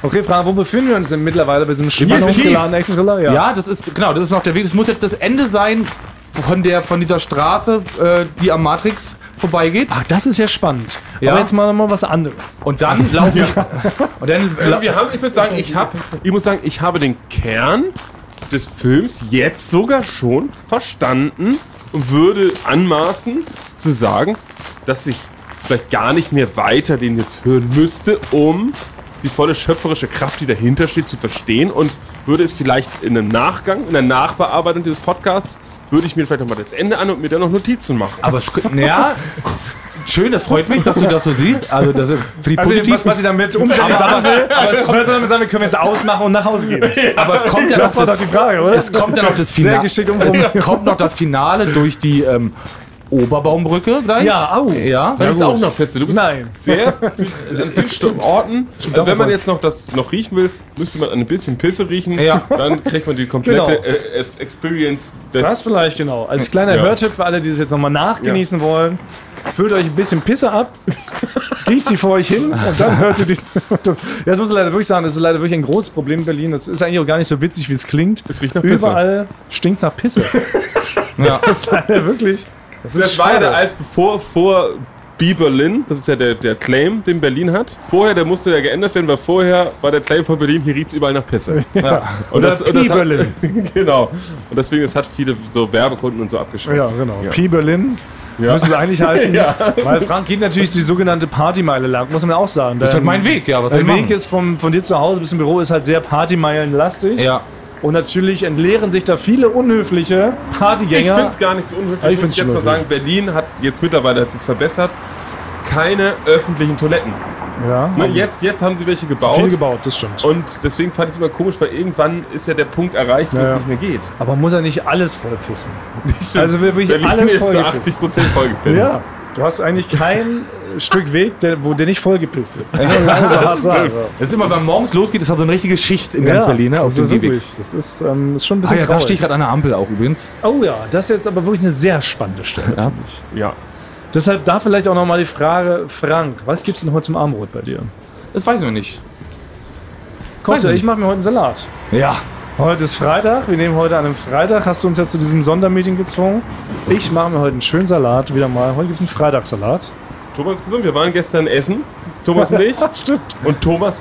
B: Okay, Frank, wo befinden wir uns denn mittlerweile bei diesem spannungsgeladenen Action Thriller?
D: Ja. das ist, genau, das ist noch der Weg. Das muss jetzt das Ende sein von, der, von dieser Straße, äh, die am Matrix vorbeigeht.
B: Ach, das ist ja spannend.
D: Ja.
B: Aber jetzt mal nochmal was anderes.
D: Und dann laufe ich. Und dann äh,
C: Also wir haben, ich würde sagen, ich habe, ich muss sagen, ich habe den Kern des Films jetzt sogar schon verstanden und würde anmaßen zu sagen, dass ich vielleicht gar nicht mehr weiter den jetzt hören müsste, um die volle schöpferische Kraft, die dahinter steht, zu verstehen und würde es vielleicht in einem Nachgang, in der Nachbearbeitung dieses Podcasts, würde ich mir vielleicht nochmal das Ende an und mir dann noch Notizen machen.
D: Aber es, naja, schön, das freut mich, dass du das so siehst. Also, das ist für die positiven.
B: ich damit umstellen sammeln will, aber es kommt damit sagen, wir können jetzt ausmachen und nach Hause gehen.
D: aber es kommt ja noch
B: Das war doch
D: das,
B: die Frage, oder?
D: es kommt ja noch das
B: Sehr
D: Finale.
B: geschickt umformuliert.
D: Es kommt noch das Finale durch die ähm, Oberbaumbrücke gleich.
B: Ja, au.
D: Ja.
C: Da gibt's auch noch Pisse. Du bist
B: Nein.
C: sehr in Orten. Also wenn man jetzt noch das noch riechen will, müsste man ein bisschen Pisse riechen.
D: Ja.
C: Dann kriegt man die komplette
B: Genau.
C: äh, es- Experience des.
B: Das vielleicht genau. Als kleiner
C: Ja.
B: Hörtipp für alle, die das jetzt nochmal nachgenießen wollen. Füllt euch ein bisschen Pisse ab, riecht sie vor euch hin und dann hört ihr diesen. Das muss ich leider wirklich sagen, das ist leider wirklich ein großes Problem in Berlin. Das ist eigentlich auch gar nicht so witzig, wie es klingt.
C: Es riecht nach Pisse.
B: Überall stinkt nach Pisse.
D: Ja.
B: Das ist leider wirklich. Das ist
C: das war ja
B: schade.
C: der alt bevor vor Be Berlin, das ist ja der, der Claim, den Berlin hat. Vorher, der musste ja geändert werden, weil vorher war der Claim von Berlin, hier riecht's überall nach Pisse.
D: Ja.
C: Und das, und das hat,
B: Berlin.
C: genau. Und deswegen, das hat viele so Werbekunden und so abgeschreckt.
B: Ja, genau.
C: Ja.
B: Pi Berlin. Müsste es eigentlich heißen.
C: Ja.
B: Weil Frank geht natürlich die sogenannte Partymeile lang, muss man auch sagen.
D: Das ist halt mein Weg, ja. Was soll
B: Der
D: ich
B: Weg
D: machen?
B: ist vom, von dir zu Hause bis zum Büro ist halt sehr Partymeilenlastig.
D: Ja.
B: Und natürlich entleeren sich da viele unhöfliche Partygänger.
C: Ich finde es gar nicht so unhöflich.
B: Ich
C: Ich muss
B: find's
C: ich jetzt mal
B: schon
C: sagen, Berlin hat jetzt mittlerweile hat es verbessert. Keine öffentlichen Toiletten.
B: ja,
C: Ne,
B: haben
C: jetzt, jetzt haben sie welche gebaut.
B: viel gebaut, das stimmt.
C: Und deswegen fand ich es immer komisch, weil irgendwann ist ja der Punkt erreicht, wo
B: Ja, ja.
C: es nicht mehr geht.
B: Aber man muss ja nicht alles vollpissen. Also wirklich
C: Berlin
B: alle
C: ist so
B: vollgepisst.
C: 80 Prozent vollgepisst.
B: Ja. Du hast eigentlich kein Stück Weg, der, wo der nicht vollgepisst ist. Das kann man so hart sagen.
D: Das ist immer, wenn morgens losgeht, ist da so eine richtige Schicht in ganz
B: Ja,
D: Berlin, ne? Auf
B: also
D: dem Gehweg.
B: wirklich. Das ist, ähm, ist schon ein
D: Ah,
B: bisschen
D: ja, da
B: traurig.
D: stehe ich gerade an der Ampel auch übrigens.
B: oh ja, das ist jetzt aber wirklich eine sehr spannende Stelle, finde ich.
C: Ja.
B: Deshalb da vielleicht auch nochmal die Frage, Frank, was gibt's denn heute zum Armbrot bei dir?
D: Das weiß ich noch nicht. Weiß
B: Kochte,
D: ich
B: ich mache mir heute einen Salat.
D: Ja.
B: Heute ist Freitag, wir nehmen heute an einem Freitag, hast du uns ja zu diesem Sondermeeting gezwungen. Ich mache mir heute einen schönen Salat, wieder mal. Heute gibt's einen Freitagssalat.
C: Thomas ist gesund. Wir waren gestern essen. Thomas und ich.
B: Stimmt.
C: Und Thomas,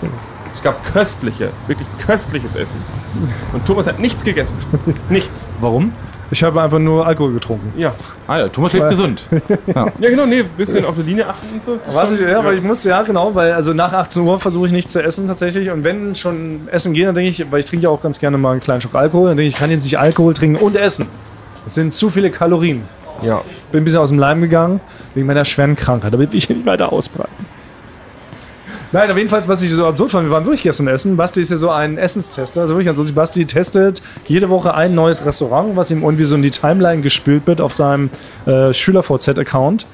C: es gab köstliche, wirklich köstliches Essen. Und Thomas hat nichts gegessen. Nichts.
D: Warum?
B: Ich habe einfach nur Alkohol getrunken.
C: Ja.
D: Ah ja, Thomas lebt gesund.
C: Ja, genau, nee, bisschen auf die Linie achten und so.
B: Was ich, ja, weil ich muss, ja, genau, weil also nach 18 Uhr versuche ich nicht zu essen tatsächlich. Und wenn schon essen gehen, dann denke ich, weil ich trinke ja auch ganz gerne mal einen kleinen Schluck Alkohol, dann denke ich, ich kann jetzt nicht Alkohol trinken und essen. Das sind zu viele Kalorien.
C: Ja.
B: Bin ein bisschen aus dem Leim gegangen, wegen meiner schweren Krankheit, damit ich nicht weiter ausbreiten. Nein, auf jeden Fall, was ich so absurd fand, wir waren wirklich gestern essen. Basti ist ja so ein Essenstester. Also wirklich, ansonsten, Basti testet jede Woche ein neues Restaurant, was ihm irgendwie so in die Timeline gespült wird auf seinem äh, SchülerVZ-Account.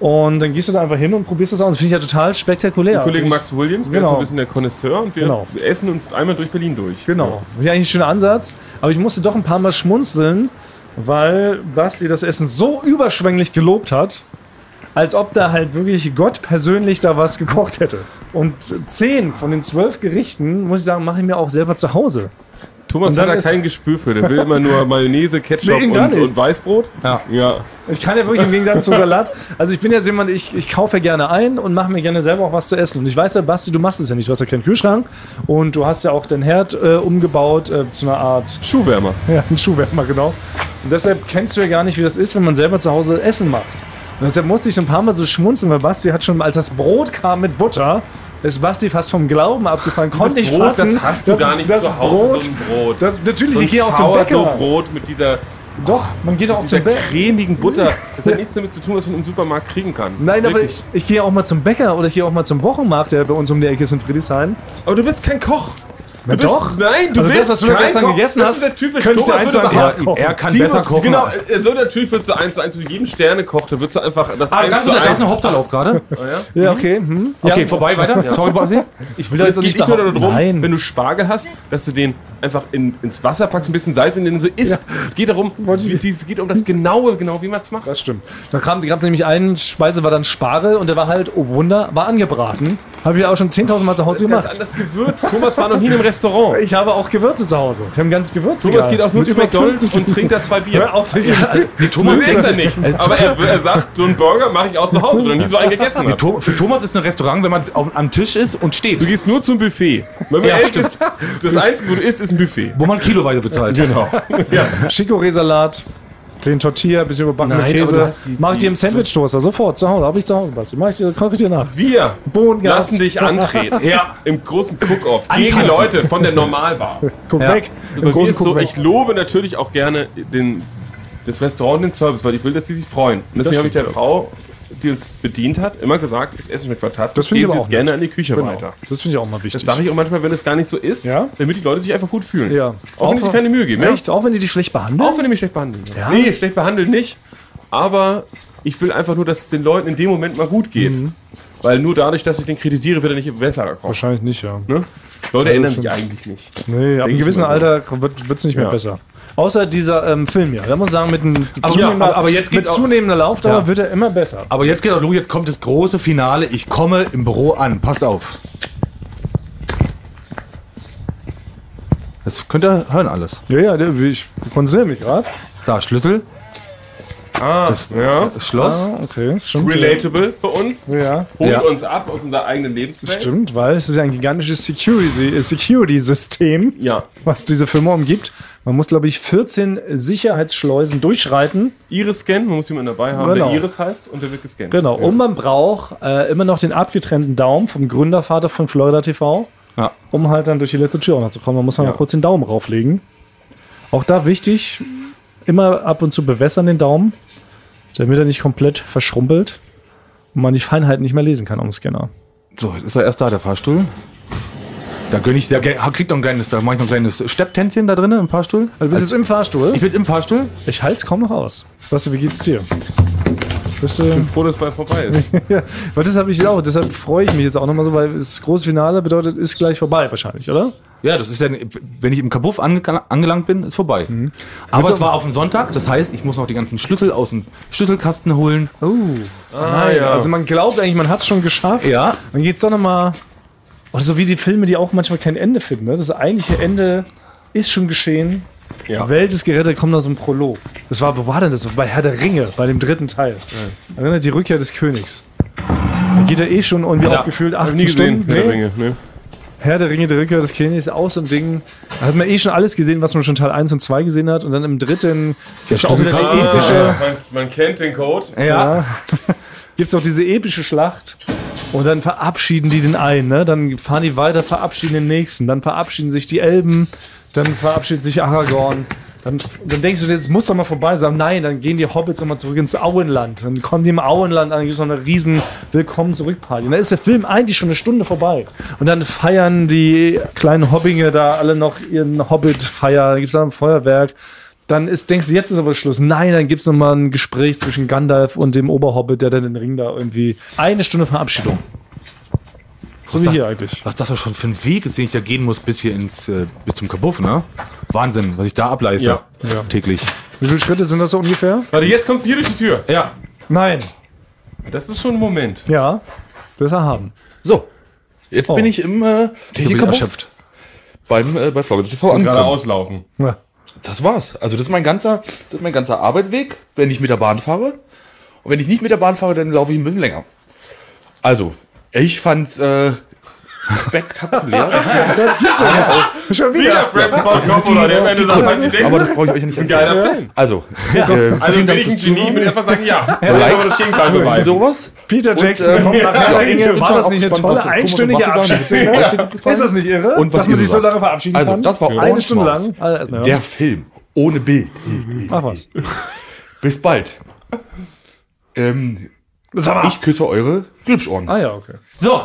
B: Und dann gehst du da einfach hin und probierst das aus. Das finde ich ja total spektakulär.
C: Kollege
B: Finde ich-
C: Max Williams, der
B: Genau.
C: ist so ein bisschen der Connoisseur und wir
B: Genau.
C: essen uns einmal durch Berlin durch.
B: Genau. Ja, eigentlich ein schöner Ansatz. Aber ich musste doch ein paar Mal schmunzeln, weil Basti das Essen so überschwänglich gelobt hat, als ob da halt wirklich Gott persönlich da was gekocht hätte. Und zehn von den zwölf Gerichten, muss ich sagen, mache ich mir auch selber zu Hause.
C: Thomas
B: Und
C: hat
B: dann
C: da
B: ist-
C: kein Gespür für. Der will immer nur Mayonnaise, Ketchup
B: Nee, eben gar
C: und,
B: nicht.
C: und Weißbrot.
D: Ja.
C: Ja.
B: Ich kann ja wirklich im Gegensatz zu Salat, also ich bin ja so jemand, ich, ich kaufe ja gerne ein und mache mir gerne selber auch was zu essen. Und ich weiß ja, Basti, du machst es ja nicht. Du hast ja keinen Kühlschrank und du hast ja auch den Herd äh, umgebaut äh, zu einer Art
C: Schuhwärmer.
B: Ja, ein Schuhwärmer, genau. Und deshalb kennst du ja gar nicht, wie das ist, wenn man selber zu Hause Essen macht. Und deshalb musste ich schon ein paar Mal so schmunzeln, weil Basti hat schon, als das Brot kam mit Butter, ist Basti fast vom Glauben abgefallen. Konnte nicht
C: Brot, das
B: fassen.
C: hast du gar nicht
B: das
C: zu Hause,
B: Brot,
C: so ein Brot.
B: Das, natürlich,
C: So ein
B: ich gehe auch zum Bäcker.
C: Sourdough-Brot mit dieser,
B: Doch, man geht auch
C: dieser
B: zum Bäcker.
C: cremigen Butter. Das hat nichts damit zu tun, was man im Supermarkt kriegen kann.
B: Nein, aber
C: Wirklich.
B: ich, ich gehe auch mal zum Bäcker oder ich gehe auch mal zum Wochenmarkt, der bei uns um die Ecke ist in Friedrichshain.
C: Aber du bist kein Koch. Du bist,
B: doch.
C: Nein, du
B: Also das,
C: bist
B: was du da
C: kein
B: gestern
C: Koch.
B: gegessen
C: das
B: hast,
C: ist der typische
B: könnte ich dir
C: Thomas
B: eins zu
C: würde
B: eins
C: behaupten.
B: nachkochen.
D: Er kann
C: Timo-
D: besser kochen.
C: Genau, er soll natürlich für zu 1 zu 1 zu jedem Sterne kocht, da wird so einfach das
D: Ah,
C: 1
D: ganz
C: zu
B: genau,
D: unter, da ist
C: 1.
D: eine Hauptsallauf gerade.
B: Ja,
C: Mhm.
B: okay. Hm.
D: Okay,
B: ja.
D: vorbei, weiter. Sorry, Basti.
B: Ich will da
C: Es
B: jetzt
C: geht
B: nicht
C: nicht nur darum,
B: Nein.
C: wenn du Spargel hast, dass du den einfach in, ins Wasser packst, ein bisschen Salz in den so isst. Es geht darum,
B: Wollte ich-
C: wie, es geht um das Genaue, genau wie man es macht.
B: Das stimmt. Da kam, gab es nämlich einen Speise, war dann Spargel und der war halt, oh Wunder, war angebraten. Habe ich auch schon 10.000 Mal zu Hause
C: Ganz
B: gemacht.
C: anders gewürzt. Thomas war noch nie in einem Restaurant.
B: Ich habe auch Gewürze zu Hause. Ich habe ein ganzes Gewürz.
C: Thomas geht auch nur zu McDonalds und trinkt da zwei Bier. also
B: Hör auf, Äh, solche-
D: Nee,
C: Thomas
D: Thomas
C: isst da nichts. Aber er, er sagt, so einen Burger mache ich auch zu Hause, weil ich noch nie so einen gegessen habe.
D: To- Für Thomas ist ein Restaurant, wenn man auf, am Tisch ist und
C: Du
D: steht,
C: gehst nur zum Buffet. Wenn man
D: Ja,
C: ehrlich ist, das Einzige, wo du isst, ist ein Buffet.
D: wo man kiloweise bezahlt.
C: Genau.
B: Chicorée-Salat, den Tortilla, bisschen überbacken mit
C: Nein, aber du
B: Käse.
C: hast die-
B: Mach ich
C: die-
B: dir im Sandwich-Toaster sofort zu Hause. Habe ich zu Hause, Basti. Mach ich dir, koche ich dir nach.
C: Wir
B: Bohnen gehabt.
C: lassen dich antreten.
D: Ja.
C: Im großen Cook-Off. Gegen die
D: Antanzen.
C: Leute von der Normalbar.
B: Guck
D: Ja.
B: weg.
C: Bei mir ist so,
B: Kuchen-
C: ich lobe natürlich auch gerne den, das Restaurant und den Service, weil ich will, dass sie sich freuen. Und deswegen habe ich der Frau, die uns bedient hat, immer gesagt, das Essen schmeckt fantastisch.
B: Das finde ich
C: Geben
B: aber
C: Sie
B: auch
C: es gerne
B: nett.
C: an die Küche
B: Genau.
C: weiter.
B: Das finde ich auch mal
C: Das
B: wichtig.
C: sage ich auch manchmal, wenn es gar nicht so ist,
B: Ja?
C: damit die Leute sich einfach gut fühlen.
B: Ja.
C: Auch wenn die sich keine Mühe geben. Ja?
B: Echt? Auch wenn die dich schlecht behandeln?
C: Auch wenn die mich schlecht behandeln. Nee, schlecht behandeln nicht. Aber ich will einfach nur, dass es den Leuten in dem Moment mal gut geht.
B: Mhm.
C: Weil nur dadurch, dass ich den kritisiere, wird er nicht besser kommen.
B: Wahrscheinlich nicht, ja.
C: Ne? Leute ändern sich
B: stimmt.
C: eigentlich nicht.
B: Nee, ab einem
C: ich
B: gewissen
C: mal
B: Alter wird es nicht mehr
C: Ja.
B: besser. Außer dieser ähm, Film hier. Da muss man sagen, mit, einem
D: Aber
B: zunehmender-
D: ja, aber- aber jetzt
B: mit
D: geht's auch-
B: zunehmender Laufdauer
D: Ja.
B: wird er immer besser.
D: Aber jetzt geht auch los, jetzt kommt das große Finale. Ich komme im Büro an. Passt auf. Das könnt ihr hören alles.
B: Ja, ja, der- ich konzentriere mich gerade.
D: Da, Schlüssel,
C: Ah, ja.
D: das Schloss.
B: Ah, okay, das stimmt.
C: Relatable für uns.
B: Ja.
C: Holt
D: Ja.
C: uns ab aus unserer eigenen Lebenswelt.
B: Stimmt, weil es ist ja ein gigantisches Security- äh, Security-System,
C: Ja.
B: was diese Firma umgibt. Man muss, glaube ich, 14 Sicherheitsschleusen durchschreiten.
C: Iris-Scan, man muss jemanden dabei haben,
B: Genau.
C: der Iris heißt und der wird gescannt.
B: Genau. Und man braucht äh, immer noch den abgetrennten Daumen vom Gründervater von Florida TV,
D: Ja.
B: um halt dann durch die letzte Tür auch noch zu kommen. Da muss man mal kurz den Daumen rauflegen. Auch da wichtig, immer ab und zu bewässern den Daumen, damit er nicht komplett verschrumpelt und man die Feinheiten nicht mehr lesen kann am Scanner.
D: So, jetzt ist er erst da, der Fahrstuhl. Da gönn ich, da ge- kriegt noch ein kleines, da mache ich noch ein kleines Stepptänzchen da drinnen im Fahrstuhl.
B: Also du bist jetzt im Fahrstuhl.
D: Ich bin im Fahrstuhl.
B: Ich halte es kaum noch aus. Weißt du, wie geht's dir? Bist du,
C: bin froh, dass es bald vorbei ist.
B: ja, weil das habe ich auch, deshalb freue ich mich jetzt auch nochmal so, weil das große Finale bedeutet, ist gleich vorbei wahrscheinlich, oder?
D: Ja, das ist ja, wenn ich im Kabuff ange angelangt bin, ist vorbei. Aber es war auf dem Sonntag, das heißt, ich muss noch die ganzen Schlüssel aus dem Schlüsselkasten holen.
B: Oh. Ah, ja. Also man glaubt eigentlich, man hat es schon geschafft.
D: Ja.
B: Dann geht's doch nochmal. Oder so wie die Filme, die auch manchmal kein Ende finden. Ne? Das eigentliche Ende ist schon geschehen.
C: Ja.
B: Welt ist gerettet, kommt da so ein Prolog. Das war, wo war denn das? Bei Herr der Ringe, bei dem dritten Teil. Erinnert die Rückkehr des Königs. Da geht er eh schon irgendwie
D: Ja.
B: auch gefühlt 18
C: Nie gesehen,
B: Stunden.
C: Herr der
B: Nee.
C: Ringe. Ne?
B: Herr der Ringe, der Rückkehr des Königs, aus und Ding. Da hat man eh schon alles gesehen, was man schon Teil 1 und 2 gesehen hat. Und dann im dritten gibt's auch wieder
D: stimmt.
B: die
D: Ah.
B: epische.
C: man, man kennt den Code.
B: Ja. Gibt's noch diese epische Schlacht. Und dann verabschieden die den einen, ne? Dann fahren die weiter, verabschieden den nächsten. Dann verabschieden sich die Elben. Dann verabschiedet sich Aragorn. Dann, dann denkst du dir, jetzt muss doch mal vorbei sein. Nein, dann gehen die Hobbits nochmal zurück ins Auenland. Dann kommen die im Auenland an, dann gibt's noch eine riesen Willkommen zurück Party. Und dann ist der Film eigentlich schon eine Stunde vorbei. Und dann feiern die kleinen Hobbinge da alle noch ihren Hobbit-Feier. Dann gibt's dann ein Feuerwerk dann ist, denkst du, jetzt ist aber Schluss. Nein, dann gibt's noch mal ein Gespräch zwischen Gandalf und dem Oberhobbit, der dann den Ring da irgendwie. Eine Stunde Verabschiedung. So wie
D: das-
B: hier eigentlich.
D: Was das doch schon für ein Weg ist, den ich da gehen muss bis hier ins, äh, bis zum Kabuff, ne? Wahnsinn, was ich da ableiste
C: Ja.
D: täglich.
B: Wie viele Schritte sind das so ungefähr?
C: Warte, jetzt kommst du hier durch die Tür.
D: Ja.
B: Nein.
C: Das ist schon ein Moment.
B: Ja. Das erhaben.
E: So, jetzt bin ich im äh,
D: Ich bin
E: Technikkabuff
D: erschöpft.
E: beim äh, bei Florida TV
C: Gerade
E: angekommen.
C: auslaufen.
B: Ja.
E: Das war's. Also das ist mein ganzer, das ist mein ganzer Arbeitsweg, wenn ich mit der Bahn fahre. Und wenn ich nicht mit der Bahn fahre, dann laufe ich ein bisschen länger. Also, ich fand's äh, spektakulär.
B: Das gibt's ja nicht. Schon wieder.
C: Francis Ford Coppola, der am Ende sagt, was ich denke.
E: aber das brauche ich euch ja nicht
C: Geiler
E: erzählen.
C: Film.
E: Also, äh,
C: Also bin ich ein Genie, ich würde einfach sagen, ja. Ich
E: Like.
C: aber das Gegenteil beweisen.
E: sowas.
B: Peter Jackson
E: Und, äh,
B: kommt nach
E: ja,
B: Herr der
E: ich
B: Ringe.
E: bin
B: War
E: schon
B: das nicht eine
E: aufgespannt,
B: tolle
E: was- guck mal, was
B: einstündige
E: ihr sagen. Hat euch
B: Abschiedsszene?
E: das gefallen?
B: Ist das nicht irre,
E: Und was
B: dass man
E: ihr
B: sich so
E: sagt.
B: lange verabschieden
E: Also,
B: kann?
E: das war
B: eine Stunde
E: Orange
B: lang. Also, ja.
E: Der Film ohne Bild.
B: Mach was.
E: Bis bald. Ähm,
B: Sag mal.
E: ich küsse eure Glübschohren.
B: ah ja, okay.
D: So,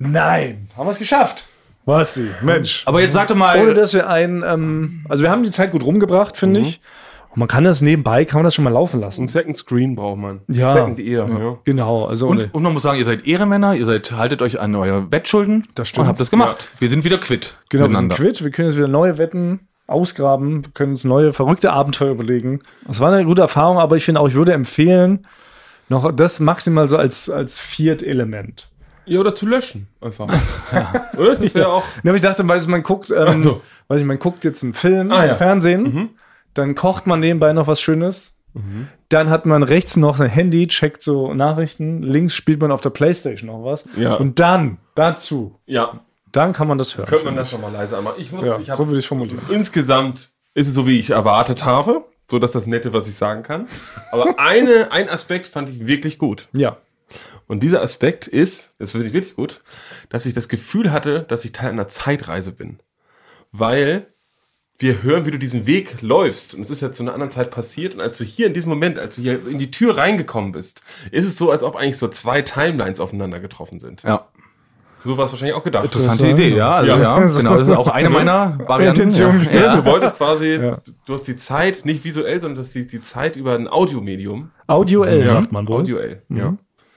B: Nein. Haben wir es geschafft. Was sie? Mensch.
D: aber jetzt sag doch mal.
B: ohne dass wir einen, ähm, also wir haben die Zeit gut rumgebracht, finde ich. Und man kann das nebenbei, kann man das schon mal laufen lassen.
C: Second Screen braucht man.
B: Ja.
C: Second Ear. Ja.
B: Genau, also
D: und, und man muss sagen, ihr seid Ehrenmänner, ihr seid, haltet euch an eure Bettschulden.
B: Das stimmt.
D: Und habt das gemacht. Wir sind wieder quitt.
B: genau, wir sind
D: miteinander.
B: quitt, wir können jetzt wieder neue Wetten ausgraben, wir können uns neue verrückte Abenteuer überlegen. Das war eine gute Erfahrung, aber ich finde auch, ich würde empfehlen, noch das maximal so als, als Viertelement.
C: ja, oder zu löschen einfach. Oder? Das wäre auch.
B: Ne, aber ich dachte, weil man guckt, ähm,
C: so.
B: weiß ich, man guckt jetzt einen Film
C: Ah, ja.
B: im Fernsehen,
D: Mhm.
B: dann kocht man nebenbei noch was Schönes. Dann hat man rechts noch ein Handy, checkt so Nachrichten, links spielt man auf der Playstation noch was.
C: Ja.
B: Und dann, dazu,
C: Ja,
B: dann kann man das hören.
C: könnte man das schon mal leiser machen. Ich muss,
B: ja,
C: ich hab,
B: so würde ich formulieren.
C: insgesamt ist es so, wie ich erwartet habe. So, dass das Nette, was ich sagen kann. Aber eine, ein Aspekt fand ich wirklich gut.
B: Ja.
C: Und dieser Aspekt ist, das finde ich wirklich gut, dass ich das Gefühl hatte, dass ich Teil einer Zeitreise bin. Weil wir hören, wie du diesen Weg läufst. Und es ist ja zu einer anderen Zeit passiert. Und als du hier in diesem Moment, als du hier in die Tür reingekommen bist, ist es so, als ob eigentlich so zwei Timelines aufeinander getroffen sind.
D: Ja.
C: So war es wahrscheinlich auch gedacht.
D: Interessante Idee, ja. Also, ja.
C: Ja.
D: Genau, das ist auch eine meiner Varianten.
B: Intention.
D: Ja.
C: Ja,
D: Ja.
C: du wolltest quasi, du hast die Zeit nicht visuell, sondern du hast die, die Zeit über ein Audiomedium.
B: Audio L, sagt man wohl.
C: Audioell.
D: Mhm.
C: Ja.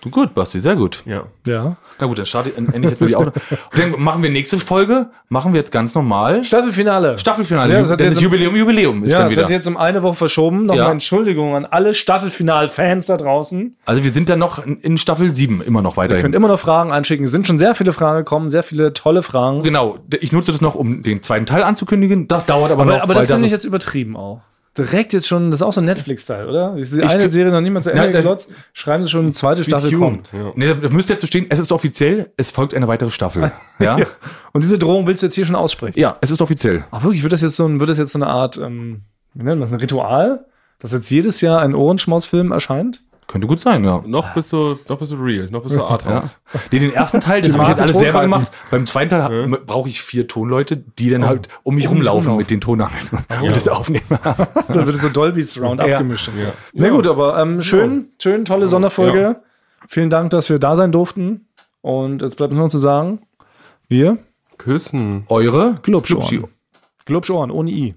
D: Gut, Basti, sehr gut.
C: Ja.
B: Ja.
D: Na gut, dann startet endlich jetzt die Auto. Und dann machen wir nächste Folge, machen wir jetzt ganz normal.
B: Staffelfinale.
D: Staffelfinale.
B: Ja, das hat
D: Denn
B: jetzt
D: das
B: im-
D: Jubiläum, Jubiläum ist
B: ja,
D: dann
B: das hat sich
D: wieder.
B: jetzt um eine Woche verschoben. Nochmal
D: Ja.
B: Entschuldigung an alle Staffelfinal-Fans da draußen.
D: Also wir sind dann noch in, in Staffel 7 immer noch
B: Ihr könnt
D: weiterhin.
B: immer noch Fragen einschicken. Es sind schon sehr viele Fragen gekommen, sehr viele tolle Fragen.
D: Genau, d- ich nutze das noch, um den zweiten Teil anzukündigen. Das dauert aber, noch.
B: Aber, aber
D: weil
B: das finde ich
D: ist-
B: jetzt übertrieben auch. Direkt jetzt schon, das ist auch so ein Netflix-Teil, oder? Ist die
D: fi-
B: eine Serie noch nicht mal zu Ende
D: Na, das-
B: geglotzt, schreiben sie schon, eine zweite Staffel kommt.
D: Nee, das müsste jetzt so stehen, es ist offiziell, es folgt eine weitere Staffel. Ja? ja.
B: Und diese Drohung willst du jetzt hier schon aussprechen.
D: es ist offiziell.
B: Aber wirklich, wird das jetzt so, ein, wird das jetzt so eine Art, ähm, wie nennt man das, ein Ritual? Dass jetzt jedes Jahr ein Ohrenschmaus-Film erscheint?
D: Könnte gut sein, ja.
C: Noch bist du, noch bist du real, noch bist du
D: Ja.
C: Arthouse.
D: Nee, den ersten Teil, den habe ich jetzt
B: Marke
D: alles selber
B: Tonfalten.
D: gemacht. Beim zweiten Teil ha- m- brauche ich vier Tonleute, die dann halt um mich
B: Um mich
D: rumlaufen
B: rumlaufen.
D: mit den Tonangeln und das aufnehmen.
B: Dann wird es so Dolby Surround
D: Ja.
B: abgemischt. und so. Na gut, aber ähm, schön, schön, tolle Sonderfolge. Vielen Dank, dass wir da sein durften. Und jetzt bleibt uns nur noch zu sagen, wir
C: Küssen.
D: Eure
B: Glubschohren.
D: Glubschi-
B: Glubschohren ohne I.